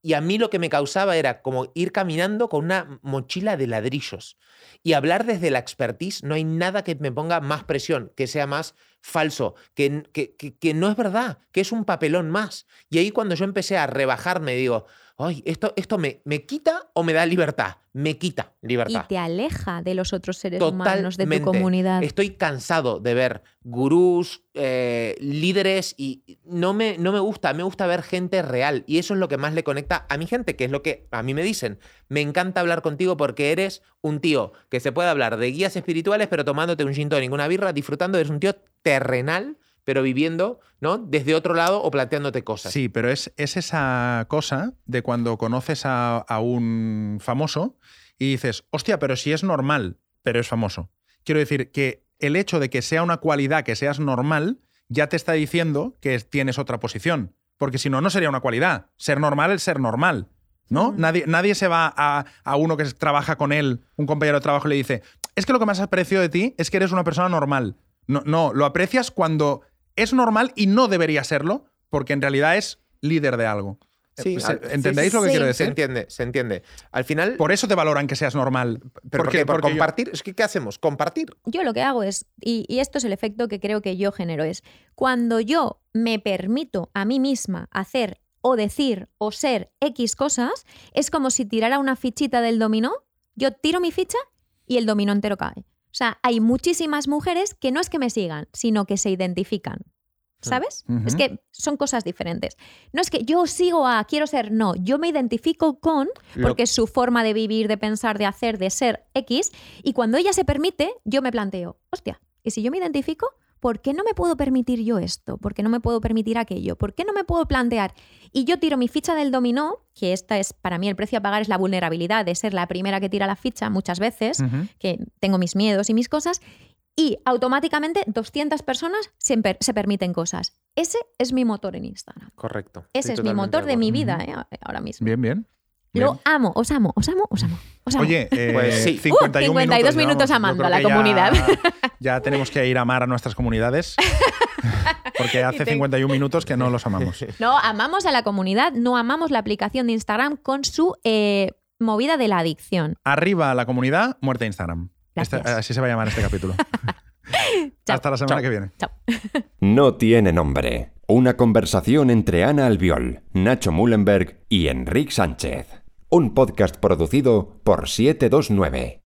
Speaker 1: y a mí lo que me causaba era como ir caminando con una mochila de ladrillos. Y hablar desde la expertise, no hay nada que me ponga más presión, que sea más falso, que, n- que, que- que no es verdad, que es un papelón más. Y ahí cuando yo empecé a rebajarme, digo, ay, esto, esto me, me quita o me da libertad. Me quita libertad.
Speaker 2: Y te aleja de los otros seres humanos, de tu
Speaker 1: Totalmente.
Speaker 2: comunidad.
Speaker 1: Estoy cansado de ver gurús, eh, líderes y no me, no me gusta, me gusta ver gente real y eso es lo que más le conecta a mi gente, que es lo que a mí me dicen. Me encanta hablar contigo porque eres un tío que se puede hablar de guías espirituales pero tomándote un gin tonic, una birra, disfrutando, eres un tío terrenal pero viviendo, ¿no? Desde otro lado o planteándote cosas.
Speaker 3: Sí, pero es, es esa cosa de cuando conoces a, a un famoso y dices, hostia, pero si es normal, pero es famoso. Quiero decir que el hecho de que sea una cualidad que seas normal ya te está diciendo que tienes otra posición. Porque si no, no sería una cualidad. Ser normal es ser normal. ¿No?
Speaker 2: Mm.
Speaker 3: Nadie, nadie se va a, a uno que trabaja con él, un compañero de trabajo, y le dice: Es que lo que más aprecio de ti es que eres una persona normal. No, no, lo aprecias cuando es normal y no debería serlo, porque en realidad es líder de algo.
Speaker 1: Sí,
Speaker 3: Se-
Speaker 1: Eh, pues, al- sí,
Speaker 3: ¿Entendéis
Speaker 2: sí,
Speaker 3: lo que
Speaker 2: sí.
Speaker 3: quiero
Speaker 1: Se
Speaker 3: decir?
Speaker 1: entiende, se entiende. Al final,
Speaker 3: Por eso te valoran que seas normal.
Speaker 1: ¿pero por
Speaker 3: porque-
Speaker 1: qué? ¿Por
Speaker 3: porque yo-
Speaker 1: compartir? Es que, ¿qué hacemos? Compartir.
Speaker 2: yo lo que hago es, y, y esto es el efecto que creo que yo genero, es cuando yo me permito a mí misma hacer o decir o ser X cosas, es como si tirara una fichita del dominó, yo tiro mi ficha y el dominó entero cae. O sea, hay muchísimas mujeres que no es que me sigan, sino que se identifican. ¿Sabes?
Speaker 3: Ujú.
Speaker 2: Es que son cosas diferentes. No es que yo sigo a quiero ser, no, yo me identifico con
Speaker 1: Lo-
Speaker 2: porque es su forma de vivir, de pensar, de hacer, de ser X. Y cuando ella se permite, yo me planteo, hostia, ¿y si yo me identifico? ¿Por qué no me puedo permitir yo esto? ¿Por qué no me puedo permitir aquello? ¿Por qué no me puedo plantear? Y yo tiro mi ficha del dominó, que esta es para mí el precio a pagar es la vulnerabilidad de ser la primera que tira la ficha muchas
Speaker 1: Mm.
Speaker 2: veces,
Speaker 3: Ujú.
Speaker 2: que tengo mis miedos y mis cosas, y automáticamente 200 personas siempre se permiten cosas. Ese es mi motor en Instagram.
Speaker 1: Correcto. Estoy
Speaker 2: Ese es mi
Speaker 1: totalmente
Speaker 2: motor de,
Speaker 1: acuerdo.
Speaker 2: mi
Speaker 3: acuerdo.
Speaker 2: vida ¿eh? ahora mismo.
Speaker 3: Bien, bien.
Speaker 2: Lo amo, os amo, os amo, os amo. Os amo.
Speaker 3: Oye, eh,
Speaker 1: Pues sí.
Speaker 3: 51
Speaker 2: Uh, 52 minutos
Speaker 3: llevamos. Yo
Speaker 2: amando
Speaker 3: creo
Speaker 2: a la
Speaker 3: que ya-
Speaker 2: comunidad.
Speaker 3: Ya, tenemos que ir a amar a nuestras comunidades. Porque hace 51 minutos que no los amamos.
Speaker 2: No, amamos a la comunidad, no amamos la aplicación de Instagram con su eh, movida de la adicción.
Speaker 3: Arriba a la comunidad, muerte Instagram. Este-
Speaker 2: Gracias.
Speaker 3: así se va a llamar este capítulo.
Speaker 2: Chao.
Speaker 3: Hasta la semana que viene.
Speaker 4: No tiene nombre. Una conversación entre Ana Albiol, Nacho Mullenberg y Enrique Sánchez. Un podcast producido por 729.